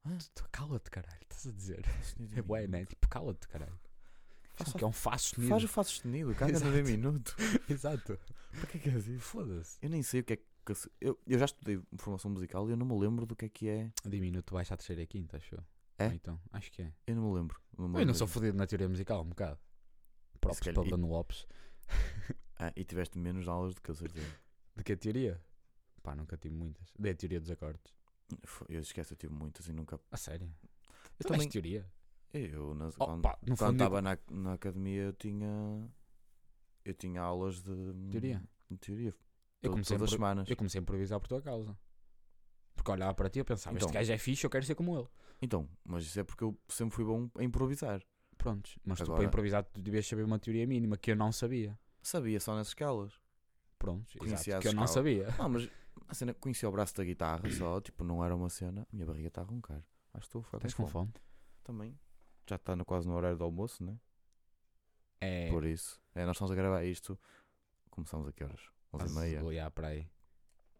B: Ah, Tu- Cala-te, caralho, estás a dizer.
A: Fá sustenido
B: É (laughs) bué,
A: diminuto.
B: né? Tipo, cala-te, caralho.
A: Faz
B: Faz
A: só-
B: que é um faço
A: Faz o (laughs)
B: nido.
A: Fá sustenido. Caga no
B: Exato.
A: diminuto.
B: Exato.
A: Por que é que és isso?
B: Foda-se.
A: Eu nem sei o que é que. se- Eu, eu já estudei formação musical e eu não me lembro do que é que é.
B: Diminuto baixa a terceira e a quinta, acho eu.
A: É?
B: Ou Então, acho que é.
A: Eu não me lembro. me
B: eu
A: lembro
B: não sou
A: mesmo.
B: fodido na teoria musical, um bocado. Próprio
A: calhar-
B: pelo
A: e-
B: Dano Lopes.
A: Ah, e tiveste menos aulas do que eu certeza.
B: De que a teoria? Pá, nunca tive muitas. Dei a teoria dos acordes.
A: Foi- Eu esqueço, eu tive muitas e nunca.
B: A sério?
A: Eu
B: Tu também...
A: também.
B: teoria?
A: Eu, na,
B: Oh,
A: quando-
B: pá, no
A: Quando
B: fundo,
A: estava na, na academia eu tinha eu tinha aulas de
B: Teoria?
A: de teoria
B: eu,
A: to-
B: comecei a
A: todas as
B: impro-
A: semanas.
B: eu comecei a improvisar por tua causa. Porque olhava para ti e eu pensava,
A: Então.
B: este gajo é fixe, eu quero ser como ele.
A: Então, mas isso é porque eu sempre fui bom a improvisar.
B: Prontos. Mas tu
A: Agora-
B: para improvisar tu devias saber uma teoria mínima que eu não sabia.
A: Sabia só nas escalas.
B: Prontos,
A: Conhecia
B: exato.
A: as
B: Que eu não sabia.
A: escalas. Não, mas a cena conhecia o braço da guitarra só, tipo, não era uma cena. Minha barriga está a roncar. Acho que estou a ficar
B: Estás com fome?
A: Também. Já está no- quase no horário do almoço, né?
B: É.
A: Por isso. É, nós estamos a gravar isto com Começámos a que horas?
B: Às
A: 11h30.
B: oito, ah, para aí.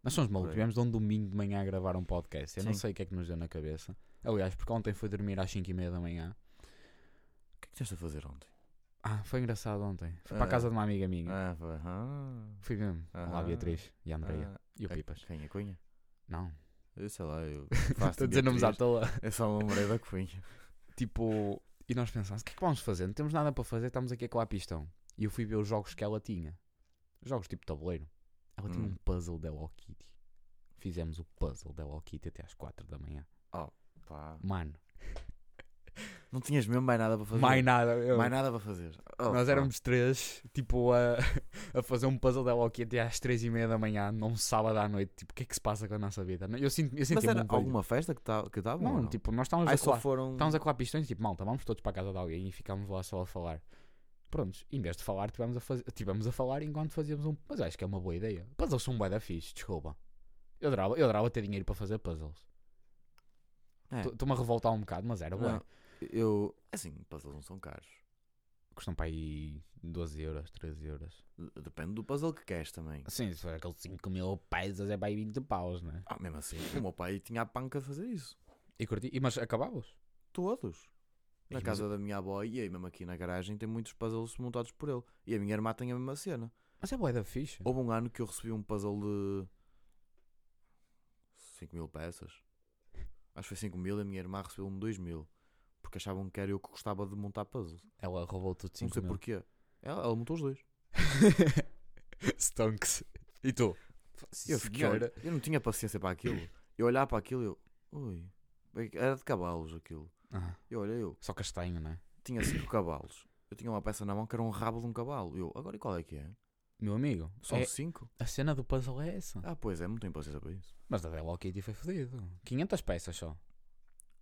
B: Nós somos malucos,
A: aí.
B: tivemos de um domingo de manhã a gravar um podcast. Eu não
A: Sim.
B: sei o que é que nos deu na cabeça. Aliás, porque ontem foi dormir às 5 e meia da manhã.
A: O que é que estás a fazer ontem?
B: Ah, foi engraçado ontem. Fui para a
A: Ah.
B: casa de uma amiga minha.
A: Ah, foi. Ah,
B: Fui mesmo. Olá,
A: Ah.
B: Beatriz e a Andreia.
A: ah,
B: e o
A: a-
B: Pipas.
A: Quem? A Cunha?
B: Não.
A: Eu sei lá,
B: (laughs)
A: eu
B: Estou a dizer nomes à
A: Beatriz.
B: toa.
A: Eu só me lembrei da Cunha.
B: Tipo, e nós pensámos, o que é que vamos fazer? Não temos nada para fazer, estamos aqui com a pistão. E eu fui ver os jogos que ela tinha. Jogos tipo tabuleiro. Ela tinha
A: Hum.
B: um puzzle da Hello Kitty. Fizemos o puzzle da Hello Kitty até às 4 da manhã.
A: Pá.
B: Mano,
A: Não tinhas mesmo mais nada para fazer?
B: mais nada. eu-
A: Mais nada para fazer. Oh,
B: Nós
A: pá.
B: éramos três, tipo, a, (laughs) a fazer um puzzle da Hello Kitty às 3 e meia da manhã, num sábado à noite. Tipo, o que é que se passa com a nossa vida? Eu sinto eu
A: Mas
B: senti
A: era
B: muito velho.
A: alguma festa que estavam? Que davam ou
B: Não,
A: não,
B: tipo, nós estávamos
A: Aí
B: a
A: só
B: colar.
A: foram.
B: Estávamos a colar pistões, tipo, malta, vamos todos para a casa de alguém e ficámos lá só a falar. Prontos, em vez de falar, tivemos a, fazer, tivemos a falar enquanto fazíamos um. Mas acho que é uma boa ideia. Puzzles são um bué da fixe, desculpa. Eu adorava, eu adorava ter dinheiro para fazer puzzles.
A: É.
B: Estou- Estou-me a revoltar um bocado, mas era bué.
A: Não, eu. Assim, puzzles não são caros.
B: Custam para aí 12 euros, 13 euros.
A: D- Depende do puzzle que queres também.
B: Sim, se for aqueles 5 mil pesos, é para aí 20 paus, né?
A: Ah, mesmo assim, o meu pai tinha a panca de fazer isso.
B: E curti. E, mas acabavas?
A: Todos. Na
B: Ei, mas é,
A: casa da minha avó e aí mesmo aqui na garagem tem muitos puzzles montados por ele. E a minha irmã tem a mesma cena.
B: Mas é bué da fixe.
A: Houve um ano que eu recebi um puzzle de 5 mil peças. Acho que foi 5 mil e a minha irmã recebeu um 2 mil. Porque achavam que era eu que gostava de montar puzzles.
B: Ela roubou tudo
A: Não
B: 5 (laughs)
A: sei
B: mil.
A: porquê. Ela, ela montou os dois.
B: Stonks. E tu?
A: Eu, fiquei, a olhar- eu não tinha paciência para aquilo. Eu olhar para aquilo e eu. Ui. Bem, Era de cavalos aquilo.
B: Ah,
A: Eu olhei, eu
B: só castanho, né?
A: tinha cinco cavalos. Eu tinha uma peça na mão que era um rabo de um cavalo. Eu, agora e qual é que é?
B: Meu amigo,
A: São
B: é-
A: cinco?
B: a cena do puzzle é essa.
A: Ah, pois é, não tenho paciência para isso.
B: Mas a da Hello Kitty foi fodido. 500 peças só.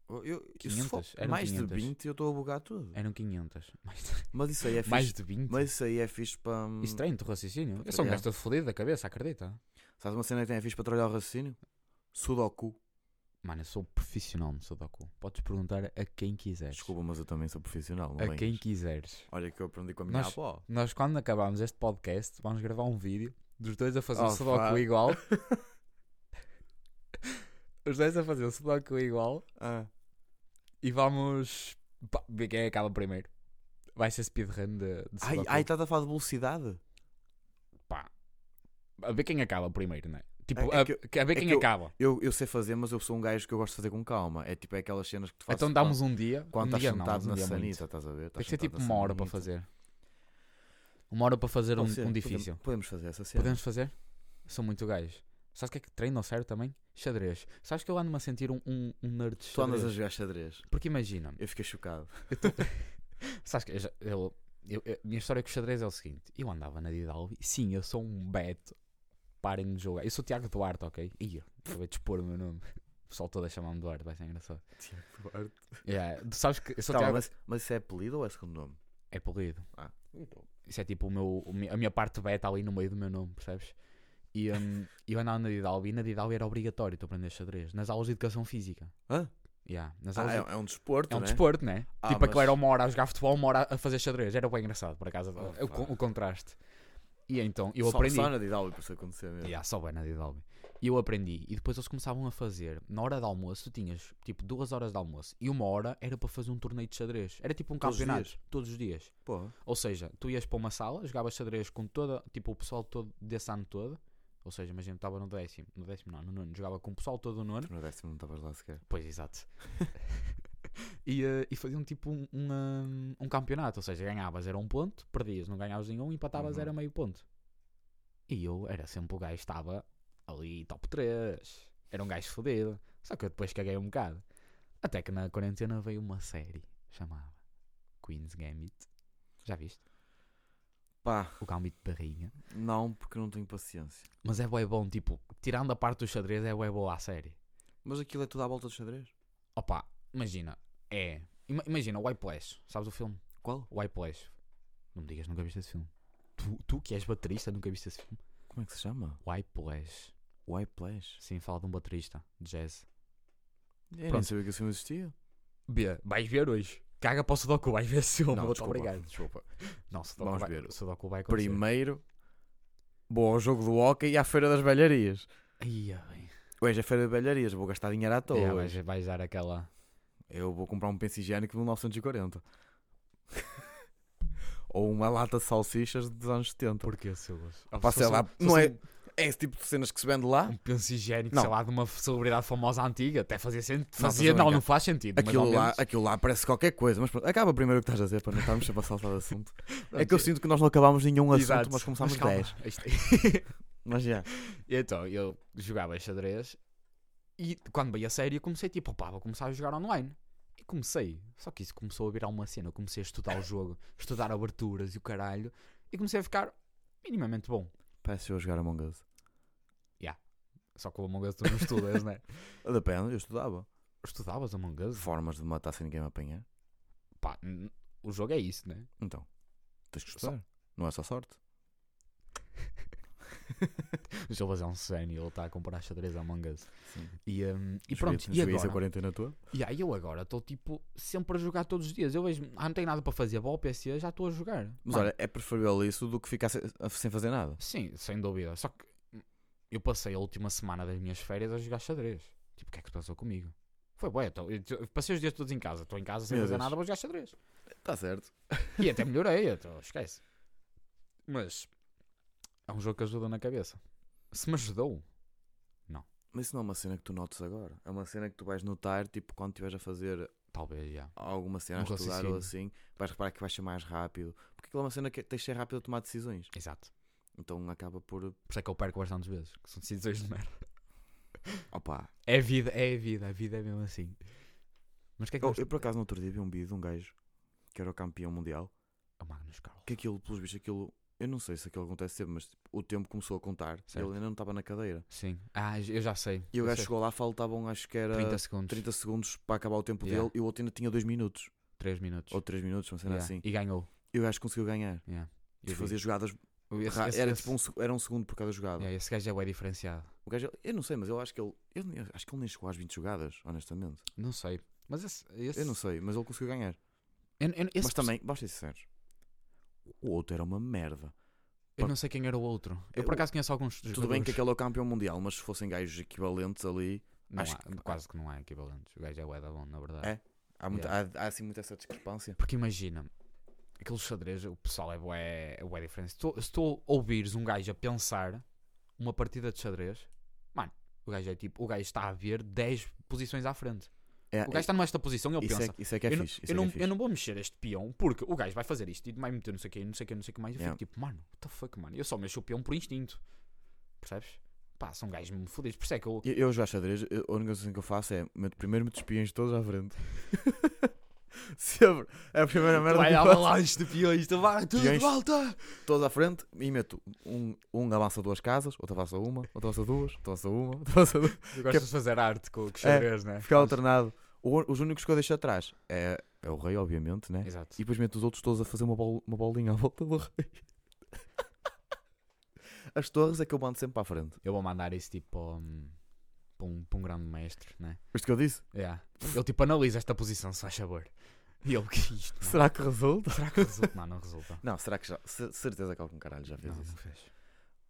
A: Eu, eu- se
B: 500?
A: for
B: Eram
A: mais
B: 500.
A: de 20 eu estou a bugar tudo.
B: Eram 500. (laughs) Mais de,
A: Mas isso aí é fixe.
B: (laughs) mais de 20.
A: Mas isso aí é fixe para.
B: Isso treino o raciocínio. Eu
A: Para
B: sou um
A: trabalhar.
B: gajo todo fodido da cabeça, acredita?
A: Sabes uma cena que tem é fixe para trabalhar o raciocínio? Sudoku.
B: Mano, eu sou profissional no Sudoku. Podes perguntar a quem quiseres.
A: Desculpa, mas eu também sou profissional. Não
B: a
A: venhas.
B: quem quiseres.
A: Olha que eu aprendi com a minha
B: Nós-
A: avó.
B: Nós, quando acabarmos este podcast, vamos gravar um vídeo dos dois a fazer
A: Oh,
B: o Sudoku
A: fuck. (laughs)
B: igual. Os dois a fazer o Sudoku igual.
A: Ah,
B: E vamos pá, ver quem acaba primeiro. Vai ser speedrun de, de
A: ai,
B: Sudoku.
A: ai, estás a falar de velocidade?
B: A ver quem acaba primeiro, não é? Tipo,
A: É- é
B: a,
A: que eu-
B: que- a ver
A: é
B: quem
A: que eu-
B: acaba.
A: Eu, eu sei fazer, mas eu sou um gajo que eu gosto de fazer com calma. É tipo é aquelas cenas que tu fazes
B: Então damos um dia.
A: quando
B: um
A: estás
B: dia não,
A: sentado
B: mas um
A: na
B: dia muito.
A: sanita, estás a ver?
B: Tem
A: Estás
B: que ser
A: sentado
B: tipo
A: na
B: uma hora para
A: sanita.
B: fazer. Uma hora para fazer um,
A: Pode ser,
B: um
A: podemos-
B: difícil.
A: Podemos fazer essa cena.
B: Podemos fazer? Sou muito gajo. Sabes o que é que treino ao sério também? Xadrez. Sabes que eu ando-me a sentir um, um, um nerd de
A: Tu andas a
B: xadrez?
A: jogar xadrez.
B: Porque imagina,
A: Eu fiquei chocado.
B: Sabes que eu, já- eu- eu- eu- minha história com o xadrez é o seguinte: eu andava na Didalvi, sim, eu sou um beto. Parem de jogar. Eu sou Tiago Duarte, ok? Ia, acabei de expor o meu nome. O pessoal todo a chamar-me Duarte, vai ser engraçado. Yeah, tu sabes que eu sou
A: Tá,
B: Tiago.
A: mas, mas isso é apelido ou é segundo nome?
B: É polido.
A: Ah, então.
B: Isso é tipo o meu, o mi- a minha parte beta ali no meio do meu nome, percebes? E hum, eu andava na Didalvi e na Didalvi era obrigatório tu aprender xadrez. Nas aulas de educação física.
A: Hã?
B: Yeah, nas aulas
A: Ah,
B: de-
A: é, é um desporto,
B: É um
A: né?
B: desporto, né?
A: Ah,
B: tipo,
A: mas-
B: aquilo era uma hora a jogar futebol, uma hora a fazer xadrez. Era bem engraçado, por acaso,
A: Oh,
B: o, con-
A: pá.
B: o contraste. E então, eu
A: Só-
B: aprendi.
A: Só na Didal para isso acontecer mesmo.
B: Yeah, só bem na Didalbi. E eu aprendi. E depois eles começavam a fazer. Na hora de almoço, tu tinhas tipo duas horas de almoço. E uma hora era para fazer um torneio de xadrez. Era tipo um
A: Todos os
B: campeonato.
A: dias?
B: Todos os dias.
A: Pô,
B: Ou seja, tu ias para uma sala, jogavas xadrez com toda, tipo, o pessoal todo desse ano todo. Ou seja, imagina, estava no décimo. No décimo não, no nono. Jogava com o pessoal todo do nono.
A: tu no décimo não estavas lá sequer.
B: Pois, exato. (laughs) e, eh, e faziam tipo um, um, ah, um campeonato, ou seja, ganhavas era um ponto, perdias, não ganhavas nenhum, empatavas
A: Uhum.
B: era meio ponto. E eu era sempre o gajo que estava ali top 3. Era um gajo fodido. Só que eu depois caguei um bocado. Até que na quarentena veio uma série chamada Queen's Gambit. Já viste?
A: Pá,
B: O Gambit de Barriga.
A: não, porque não tenho paciência.
B: Mas é bué bom, tipo, tirando a parte do xadrez, é bué boa a série.
A: Mas aquilo é tudo à volta do xadrez?
B: Opa, imagina, é. ima- Imagina, o Whiplash, sabes o filme?
A: Qual?
B: Whiplash. Não me digas, nunca viste esse filme. Tu, tu que és baterista, nunca viste esse filme?
A: Como é que se chama?
B: Whiplash.
A: Whiplash?
B: Sim, fala de um baterista, de jazz.
A: Eu nem
B: Pronto.
A: sabia que esse filme existia.
B: B, vais ver hoje. Caga para o Sudoku, vais ver esse filme.
A: Não,
B: Muito
A: desculpa,
B: obrigado.
A: desculpa.
B: Não, Sudoku
A: Vamos
B: vai,
A: ver.
B: Sudoku vai acontecer.
A: Primeiro vou ao jogo do hockey e à feira das velharias.
B: Ia bem.
A: Hoje é feira de velharias, vou gastar dinheiro à toa.
B: É,
A: hoje.
B: vais, vais dar aquela.
A: Eu vou comprar um penso higiênico de 1940. (laughs) Ou uma lata de salsichas dos anos 70.
B: Porquê, Silas?
A: Pá, sei lá, não é, é esse tipo de cenas que se vende lá.
B: Um penso higiênico,
A: Não.
B: sei lá, de uma celebridade famosa antiga. Até fazia sentido.
A: Não,
B: Fazia,
A: mas eu
B: não, não,
A: brincar.
B: faz sentido. mas ao
A: Aquilo lá,
B: menos-
A: aquilo lá parece qualquer coisa, mas pronto, acaba primeiro o que estás a dizer para não estarmos sempre a saltar de
B: (laughs)
A: assunto. É que eu sinto que nós não acabámos nenhum assunto,
B: Exato.
A: mas começámos
B: é um Mas calma,
A: 10.
B: isto- é- (laughs)
A: Mas já.
B: Então, eu jogava xadrez e quando veio a série eu comecei tipo, pá, vou começar a jogar online. E comecei. Só que isso começou a virar uma cena. Eu comecei a
A: (laughs)
B: estudar o jogo, estudar aberturas e o caralho. E comecei a ficar minimamente bom.
A: Parece eu a jogar Among Us.
B: Só que o Among Us tu não estudas, né?
A: (laughs) Depende, eu estudava.
B: Estudavas Among Us?
A: Formas de matar sem ninguém me apanhar.
B: Pá, n- o jogo é isso,
A: (laughs)
B: né?
A: Então, tens que estudar. Não é só sorte.
B: O Silvas é um seno e ele está a comprar xadrez a Among Us.
A: Sim.
B: E, hum, e
A: Joguei-
B: pronto, e
A: joguei essa
B: agora?
A: quarentena tua.
B: E aí eu agora estou tipo sempre a jogar todos os dias. Eu vejo, ah, não tenho nada para fazer, vou ao PC, já estou a jogar.
A: Mas
B: Mano,
A: olha, é preferível isso do que ficar se- a- sem fazer nada.
B: Sim, sem dúvida. Só que eu passei a última semana das minhas férias a jogar xadrez. Tipo, o que é que se passou comigo? Foi bué, então, eu eu passei os dias todos em casa. Estou em casa sem
A: Meu
B: fazer
A: Deus.
B: nada, vou jogar xadrez. Tá
A: Está certo.
B: E até melhorei, (laughs) então, esquece. Mas é um jogo que ajuda na cabeça. Se me ajudou,
A: Mas isso não é uma cena que tu notes agora. É uma cena que tu vais notar, tipo, quando estiveres a fazer
B: talvez já.
A: alguma cena, a
B: Um
A: estudar ou assim, vais reparar que vais ser mais rápido. Porque aquilo é uma cena que tens de ser rápido a tomar decisões.
B: Exato.
A: Então acaba por.
B: Por isso é que eu perco bastantes vezes. Que são decisões de merda.
A: Opa!
B: É a vida, é a vida, a vida é mesmo assim. Mas o que é que
A: Eu,
B: nós-
A: eu, por acaso no outro dia vi um vídeo de um gajo que era o campeão mundial.
B: Oh, Magnus Carlos.
A: Que aquilo, pelos bichos, aquilo. Eu não sei se aquilo acontece sempre, mas tipo, o tempo começou a contar e
B: Certo.
A: ele ainda não estava na cadeira.
B: Sim. Ah, eu já sei.
A: E o
B: Eu
A: gajo
B: sei.
A: chegou lá, faltavam acho que era
B: 30
A: 30,
B: segundos,
A: segundos para acabar o tempo
B: Yeah.
A: dele e o outro ainda tinha 2 minutos
B: 3 minutos.
A: ou 3 minutos, uma cena
B: Yeah.
A: assim.
B: E ganhou.
A: E o gajo conseguiu ganhar.
B: Yeah.
A: E
B: Eu vi.
A: fazia jogadas.
B: O- esse-
A: ra-
B: esse-
A: era
B: esse-
A: tipo um, seg- era um segundo por cada jogada.
B: yeah, esse gajo é bem diferenciado.
A: O gajo, eu não sei, mas eu acho que ele. Eu, nem- eu acho que ele nem chegou às 20 jogadas, honestamente.
B: Não sei. Mas esse. esse
A: Eu não sei, mas ele conseguiu ganhar.
B: eu- eu- esse
A: mas também, basta ser sinceros. O outro era uma merda.
B: Eu não sei quem era o outro. Eu,
A: Eu-
B: por acaso conheço alguns jogadores.
A: Tudo bem que aquele é o campeão mundial, mas se fossem gajos equivalentes ali,
B: Não
A: acho
B: há-
A: que-
B: Quase que não há equivalentes. O gajo é o Eda bom, na verdade.
A: É? há, muita, há, há assim muita essa discrepância.
B: Porque imagina. Aquele xadrez, o pessoal é bué, é bué diferente. Se tu, se tu ouvires um gajo a pensar uma partida de xadrez, mano, o gajo é tipo, o gajo está a ver 10 posições à frente.
A: É,
B: O gajo está nesta posição e ele
A: isso,
B: pensa,
A: é, isso é que é
B: eu, não,
A: fixe.
B: eu
A: isso é que é
B: não-
A: fixe.
B: eu não vou mexer este peão porque o gajo vai fazer isto e vai meter não sei o que, não sei o que, não sei o que mais. Eu
A: Yeah.
B: fico tipo, mano, what the fuck, mano? Eu só mexo o peão por instinto. Percebes? Pá, são gajos me fodidos. Por isso é que eu.
A: Eu, eu jogo xadrez, eu- a única coisa que eu faço é meto primeiro meto os peões todos à frente. (laughs) Sempre. É a primeira merda
B: vai
A: que eu faço.
B: avalanche de peões, tu vai, tudo
A: Peões.
B: volta!
A: Todos à frente e meto um, um avança duas casas, outro avança uma, outro avança duas, outro avança uma, outro avança duas.
B: Tu
A: gostas
B: de fazer arte com o
A: xadrez,
B: né?
A: Fica alternado. O- os únicos que eu deixo atrás é, é o rei, obviamente, né?
B: Exato.
A: E depois meto os outros todos a fazer uma, bol- uma bolinha à volta do rei. (laughs) As torres é que eu mando sempre para a frente.
B: Eu vou mandar isso tipo para um, para um, para um grande mestre, né?
A: Isto que eu disse?
B: Yeah. Ele tipo analisa esta posição, se faz favor. E ele, (laughs) que isto? mano?
A: Será que resulta?
B: Será que resulta? Não, não resulta.
A: Não, será que já. cer- Certeza que algum caralho já fez
B: Não,
A: isso.
B: não fez.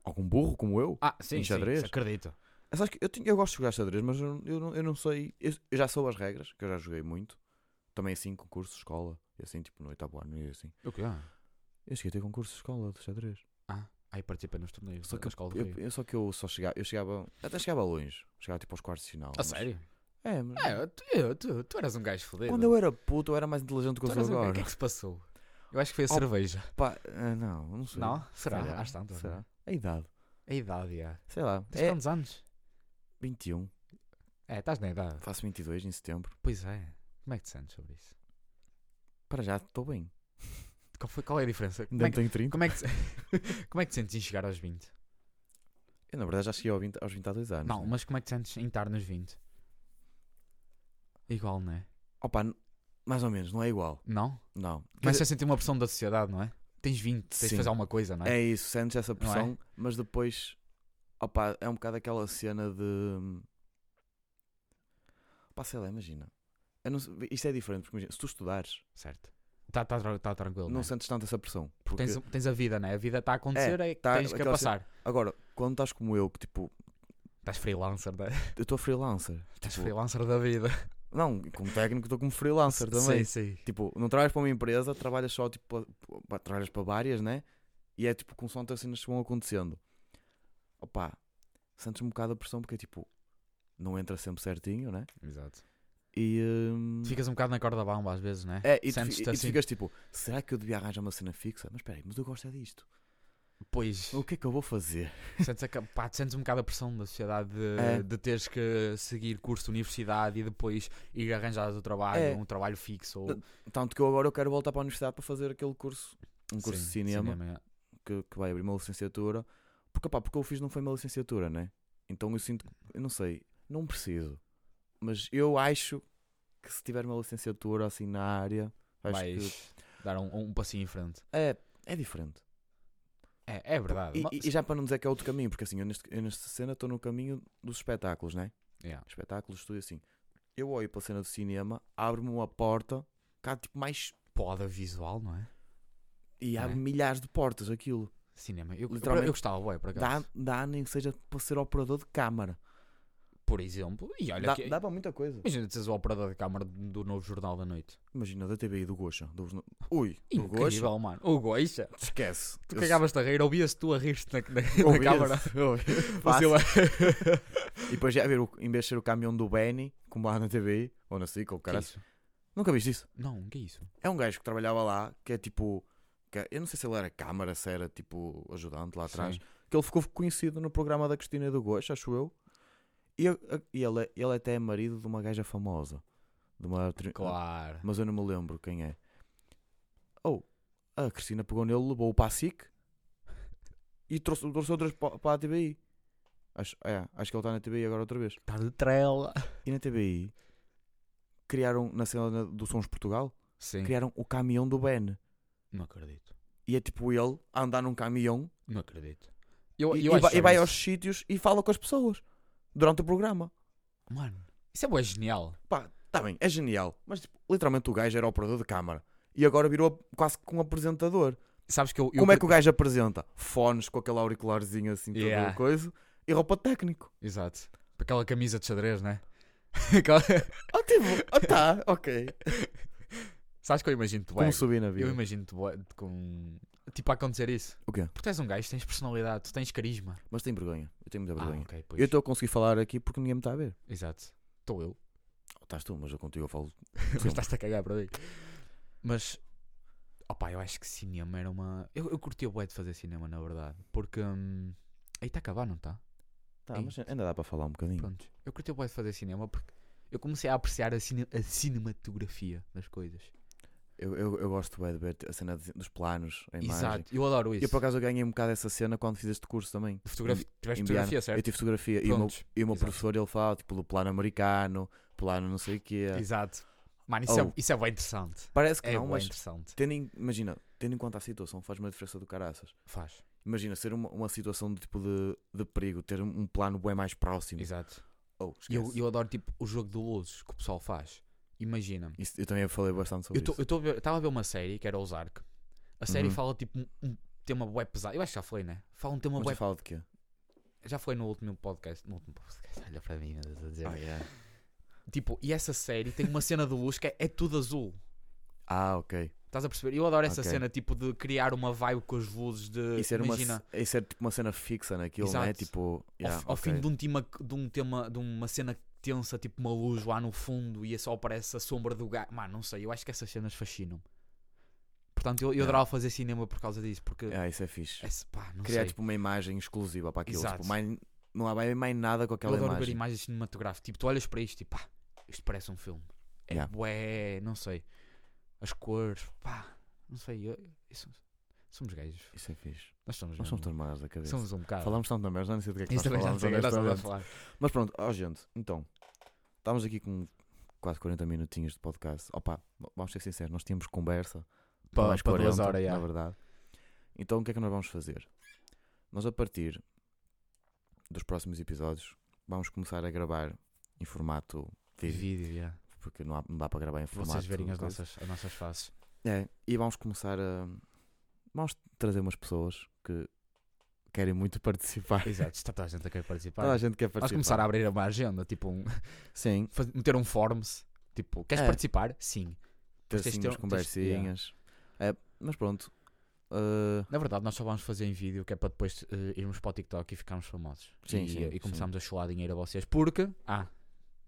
A: Algum burro como eu?
B: Ah, sim,
A: Em xadrez?
B: sim, acredito.
A: Ah, Sabes que eu, tinha- eu gosto de jogar xadrez, mas eu, eu, não, eu não sei. Eu, eu já sou as regras, que eu já joguei muito. Também assim, concurso, escola. E assim, tipo, no oitavo ano e assim.
B: O quê?
A: Eu cheguei a ter concurso de escola de xadrez.
B: Ah, aí participei nos torneios
A: Só
B: da
A: que
B: escola do
A: eu,
B: Rio.
A: eu- só que eu só chegava. Eu chegava. Até chegava longe. Chegava tipo aos quartos de final.
B: A
A: mas-
B: sério?
A: É, mas.
B: É, tu, eu- tu, tu eras um gajo fodido.
A: Quando eu era puto, eu era mais inteligente do que
B: tu
A: eu sou
B: eras um gajo, o
A: agora.
B: que é que se passou? Eu acho que foi a
A: Oh,
B: cerveja.
A: Pá, ah, não, não sei.
B: Não? Será?
A: calhar.
B: Às tantas. não é?
A: Será? A idade.
B: A idade, já.
A: Sei lá.
B: Tens
A: É
B: quantos anos?
A: 21.
B: É, estás na idade.
A: Faço 22 em setembro.
B: Pois é. Como é que te sentes sobre isso?
A: Para já, estou bem.
B: Qual, foi, qual é a diferença? Como
A: Ainda
B: é,
A: não
B: que,
A: tenho 30.
B: como, é que te, (laughs) como é que te sentes em chegar aos 20?
A: Eu, na verdade, já cheguei ao 20 aos 22 anos.
B: Não,
A: né?
B: mas como é que te sentes em estar nos 20? Igual, não é?
A: Opa, n- mais ou menos, não é igual.
B: Não?
A: Não. Quer
B: Mas
A: dizer,
B: a sentir uma pressão da sociedade, não é? Tens 20, tens de
A: Sim.
B: fazer alguma coisa, não é?
A: é isso, sentes essa
B: é?
A: pressão, mas depois opa, é um bocado aquela cena de pá, sei lá, imagina. Eu não sei- isto é diferente, porque imagina, se tu estudares,
B: Certo. Está tá, tra- tá tranquilo.
A: Não
B: né?
A: sentes tanto essa pressão. Porque
B: tens, tens a vida, né? A vida está a acontecer, é, que
A: tá-
B: tens que a
A: aquela
B: passar.
A: cena- Agora, quando estás como eu, que tipo,
B: Estás freelancer, né?
A: eu estou freelancer.
B: Estás
A: Tipo,
B: freelancer da vida.
A: Não, como técnico estou como freelancer também.
B: Sim, sim.
A: Tipo, não trabalhas para uma empresa, trabalhas só, tipo, pa- pa- trabalhas para várias, né? E é tipo, consoante as cenas que vão acontecendo. Opa, sentes um bocado a pressão porque, tipo, não entra sempre certinho, né?
B: Exato.
A: E. hum,
B: Ficas um bocado na corda bamba às vezes, né?
A: É, e tu,
B: sentes-te
A: fi- e tu
B: assim.
A: ficas tipo, será que eu devia arranjar uma cena fixa? Mas espera aí, mas eu gosto é disto.
B: Pois.
A: O que é que eu vou fazer?
B: Sentes, a, pá, sentes um bocado a pressão da sociedade de,
A: É.
B: de teres que seguir curso de universidade e depois ir arranjar o trabalho,
A: É.
B: um trabalho fixo ou
A: Um Tanto que eu agora eu quero voltar para a universidade para fazer aquele curso, um curso
B: Sim,
A: de cinema,
B: cinema, é.
A: Que, que vai abrir uma licenciatura. Porque, pá, porque eu fiz não foi uma licenciatura, né? Então eu sinto, que- eu não sei, não preciso. Mas eu acho que se tiver uma licenciatura assim na área, acho que
B: Vais dar um, um passinho em frente.
A: é, é diferente.
B: É, é verdade.
A: E,
B: mas-
A: e- e já para não dizer que é outro caminho, porque assim, eu, neste, eu nesta cena estou no caminho dos espetáculos, né?
B: Yeah.
A: espetáculos, tudo assim. Eu olho para a cena do cinema, abro-me uma porta, cá tipo mais.
B: Poda visual, não é?
A: E
B: Não é?
A: abre milhares de portas aquilo.
B: Cinema. Eu,
A: Literalmente.
B: eu gostava, ué, por acaso.
A: Dá, dá nem que seja para ser operador de câmara.
B: Por exemplo. E olha
A: Dá,
B: que...
A: dá para muita coisa.
B: Imagina seres o operador de câmara do novo Jornal da Noite.
A: Imagina da TV e do Goxa. Do... Ui, do Goxa.
B: Incrível, mano. O Goixa.
A: Esquece.
B: Tu
A: Eu-
B: cagavas-te a rir, ouvia-se tu a rir-te na, na, na
A: (laughs) Ouvia-se.
B: câmara.
A: Fácil.
B: (laughs) Fácil.
A: E depois já ver, o- em vez de ser o caminhão do Benny, como lá na TV, ou na SIC, ou o
B: Que
A: cara.
B: isso?
A: Nunca viste isso?
B: Não, que isso?
A: É um gajo que trabalhava lá, que é tipo. que é- eu não sei se ele era câmara, se era tipo ajudante lá atrás.
B: Sim.
A: Que ele ficou conhecido no programa da Cristina do Gosto, acho eu. E, eu- e ele, ele até é marido de uma gaja famosa. De uma atri-
B: Claro.
A: Mas eu não me lembro quem é. Ou a Cristina pegou nele, levou-o para a SIC e trouxe, trouxe outras pa- para a TBI. Acho, é, acho que ele está na TBI agora outra vez.
B: Está de trela.
A: E na TBI criaram, na cena do Sons de Portugal,
B: Sim.
A: criaram o caminhão do Ben.
B: Não acredito.
A: E é tipo ele a andar num caminhão
B: Não acredito. Eu,
A: e,
B: eu
A: e
B: acho
A: vai,
B: que
A: e vai
B: isso-
A: aos sítios e fala com as pessoas durante o programa.
B: Mano, isso é boa, genial.
A: Pá, tá bem, é genial. Mas tipo, literalmente o gajo era operador de câmara e agora virou quase que um apresentador.
B: Sabes que eu. eu
A: Como é que o gajo apresenta? Fones com aquele auricularzinho assim, todo
B: Yeah.
A: coisa e roupa de técnico.
B: Exato. Com Aquela camisa de xadrez, né? (laughs) Aquela-
A: Ah, tipo, ah,
B: (laughs)
A: tá, ok.
B: Sabes que eu imagino-te bem.
A: Como subir na vida.
B: Eu imagino-te bué de com. Tipo, a acontecer isso.
A: O quê?
B: Porque tu és um gajo, tens personalidade, tu tens carisma.
A: Mas tem vergonha. Eu tenho muita
B: Ah,
A: vergonha.
B: ok, pois.
A: é. eu estou a conseguir falar aqui porque ninguém me está a ver.
B: Exato. Estou
A: (laughs)
B: eu.
A: Oh, Estás tu, mas eu contigo eu falo.
B: Mas estás-te a cagar para mim. Mas, opá, eu acho que cinema era uma. Eu, eu curti o bué de fazer cinema, na verdade. Porque. hum, Aí está a acabar, não está?
A: Tá,
B: Ei.
A: mas ainda dá para falar um bocadinho.
B: é- Pronto. Eu curti o bué de fazer cinema porque eu comecei a apreciar a, cine- a cinematografia das coisas.
A: Eu, eu, eu gosto bem de ver a cena de- dos planos, a imagem.
B: Exato. Eu adoro isso.
A: Eu por acaso ganhei um bocado essa cena quando fiz este curso também.
B: De fotografia. Tiveste
A: em
B: fotografia,
A: Biana. Eu
B: certo?
A: tive fotografia e o meu,
B: Prontos.
A: e o meu
B: Exato.
A: professor ele falava tipo do plano americano, plano não sei o quê.
B: Exato. Mano, isso,
A: é. Oh.
B: é, isso é bem interessante.
A: Parece que
B: É
A: não,
B: bem
A: mas
B: interessante.
A: tendo em, imagina, tendo em conta a situação faz uma diferença do caraças.
B: Faz.
A: Imagina ser uma, uma situação de tipo de, de perigo, ter um um plano bem mais próximo.
B: Exato.
A: Oh,
B: E eu,
A: esquece.
B: eu adoro, tipo, o jogo de luzes que o pessoal faz. Imagina-me.
A: Isso- eu também falei bastante sobre
B: Eu tô-
A: isso.
B: eu tô a ver- estava a ver uma série que era Ozark. A série
A: Uhum.
B: fala tipo um, um tema web pesado. Eu acho que já falei, né? Fala um tema
A: Mas tu
B: web.
A: fala de quê?
B: Já falei no último podcast. No último podcast, olha para mim, andas a dizer.
A: Ah, yeah.
B: Tipo, e essa série tem uma cena de luz que é, é tudo azul.
A: Ah, ok.
B: Estás a perceber? Eu adoro essa
A: Ok.
B: cena, tipo, de criar uma vibe com as luzes de.
A: E ser, uma,
B: Eh, imagina,
A: ce- e ser tipo uma cena fixa naquilo, não é?
B: Exato.
A: Tipo,
B: ao,
A: yeah,
B: ao fim
A: ok.
B: de um, tema, de um tema, de uma cena tensa, tipo uma luz lá no fundo e é só aparece a sombra do gajo. Mano, não sei, eu acho que essas cenas fascinam-me. Portanto, eu, eu
A: Yeah.
B: adorava fazer cinema por causa disso, porque.
A: Ah, isso é fixe.
B: Esse- pá, não
A: criar
B: sei.
A: tipo uma imagem exclusiva para aquilo.
B: Exato.
A: Tipo, mais- não há bem mais nada com
B: Eu
A: aquela
B: adoro
A: imagem.
B: ver imagens cinematográficas. Tipo, tu olhas para isto e pá, isto parece um filme. É
A: Yeah.
B: bué, não sei. As cores, pá, não sei. eu- isso- somos gajos.
A: Isso é fixe.
B: Nós somos
A: Nós somos tão
B: mesmo.
A: maus da cabeça.
B: Somos um bocado.
A: Falamos tanto da merda, já não sei do que é que
B: Isso também
A: nós
B: já não
A: falamos.
B: sei, nós estamos a
A: honestamente.
B: falar.
A: Mas pronto, ó gente, então. Estamos aqui com quase 40 minutinhos de podcast. Opa, vamos ser sinceros, nós tínhamos conversa.
B: Pa-
A: mais
B: pa duas horas,
A: na
B: já.
A: verdade. Então o que é que nós vamos fazer? Nós a partir dos próximos episódios vamos começar a gravar em formato vídeo,
B: Vídeo, yeah.
A: porque não, há- não dá para gravar em formato.
B: Vocês verem as
A: coisa.
B: nossas, as nossas faces.
A: É, e vamos começar a. Vamos trazer umas pessoas que querem muito (laughs)
B: (laughs)
A: participar.
B: Exato, está toda a gente a querer participar.
A: Toda a gente quer
B: Vamos
A: participar.
B: começar a abrir uma agenda, tipo, um,
A: Sim,
B: faz- meter um forms. Tipo, queres
A: É.
B: participar? Sim.
A: ter
B: Mas tens de
A: assim
B: ter-
A: umas
B: tens-
A: conversinhas. É, mas pronto. Ah,
B: Na verdade, nós só vamos fazer em vídeo, que é para depois eh, irmos para o TikTok e ficarmos famosos.
A: Sim,
B: e,
A: sim,
B: e
A: sim.
B: começarmos a chular dinheiro a vocês. Porque, ah,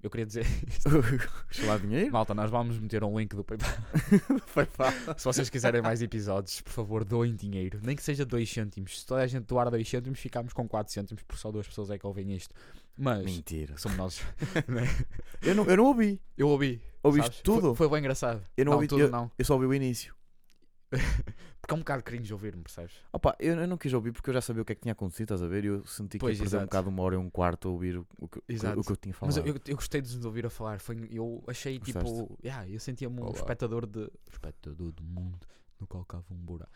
B: eu queria dizer, (laughs)
A: (laughs) sei lá dinheiro?
B: malta, nós vamos meter um link do PayPal.
A: (laughs)
B: Se vocês quiserem mais episódios, por favor, doem dinheiro. Nem que seja 2 cêntimos. Se toda a gente doar 2 cêntimos, ficamos com 4 cêntimos, porque só duas pessoas é que ouvem isto. Mas,
A: Mentira.
B: somos nós.
A: Eu não, eu não ouvi.
B: Eu ouvi.
A: Ouviste
B: sabes?
A: tudo?
B: Foi, foi bem engraçado.
A: Eu não
B: não,
A: ouvi-
B: tudo
A: eu-
B: não.
A: Eu só ouvi o início.
B: Porque é um bocado cringe ouvir-me, percebes?
A: Opa, eu, eu não quis ouvir porque eu já sabia o que é que tinha acontecido, estás a ver? E eu senti que
B: Pois,
A: ia perder um
B: exato.
A: bocado uma hora e um quarto a ouvir o, o, que, o que-
B: Exato.
A: o que eu tinha falado.
B: Mas eu, eu, eu gostei de nos ouvir a falar. Foi, eu achei tipo.
A: Gostaste?
B: Yeah, eu sentia-me um
A: Olá.
B: espectador de. Espectador do mundo no qual cava um buraco.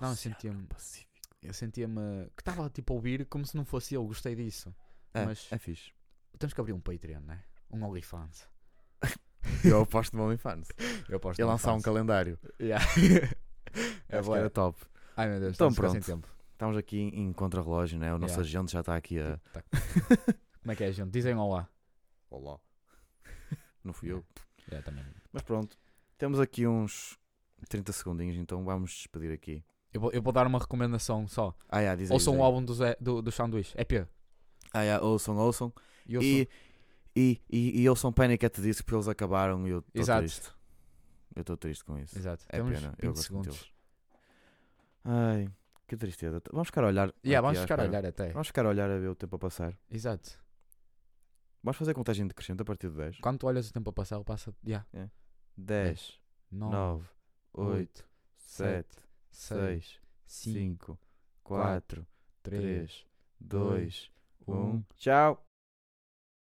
B: Não, eu sentia-me.
A: Pacífico.
B: Eu sentia-me. Que estava tipo a ouvir como se não fosse eu. Gostei disso.
A: É,
B: Mas- (laughs)
A: é fixe.
B: Temos que abrir um Patreon, né? Um OnlyFans.
A: Eu aposto no OnlyFans.
B: Eu aposto.
A: Ia
B: no
A: lançar um
B: OnlyFans.
A: calendário.
B: Yeah. é
A: Acho que era
B: boa.
A: top.
B: Ai meu Deus,
A: Então,
B: estamos a ficar sem tempo.
A: Estamos aqui em, em contrarrelógio, né? O nosso
B: Yeah.
A: agente já está aqui a.
B: Tic-tac. Tá. Como é que é, gente? Dizem olá.
A: Olá. (laughs) Não fui eu.
B: Yeah, também.
A: Mas pronto. Temos aqui uns 30 segundinhos, então vamos despedir aqui.
B: Eu vou, eu vou dar uma recomendação só.
A: Ah, yeah, diz aí,
B: Ouçam
A: diz
B: o
A: aí.
B: álbum do, Zé, do, do Sanduíche. É P.
A: Ah, yeah, ouçam, ouçam.
B: E ouçam-
A: E, e, e, e ouçam Panic at the Disco porque eles acabaram e eu estou
B: Exato.
A: triste. Eu estou triste com isso.
B: Exato.
A: É
B: Temos
A: pena,
B: 20
A: eu gosto muito
B: segundos.
A: deles. Ai, que tristeza. T- Vamos ficar a olhar.
B: Yeah,
A: aqui é
B: vamos
A: à
B: ficar a
A: espera.
B: olhar até.
A: Vamos ficar a olhar a ver o tempo a passar.
B: Exato.
A: Vamos fazer contagem decrescente a partir de 10.
B: Quando tu olhas o tempo a passar, ele passa. Yeah.
A: 10,
B: 9,
A: 9, 8,
B: 8,
A: 7,
B: 6,
A: 6,
B: 5,
A: 5, 4,
B: 3,
A: 3, 2,
B: um.
A: 1. Tchau!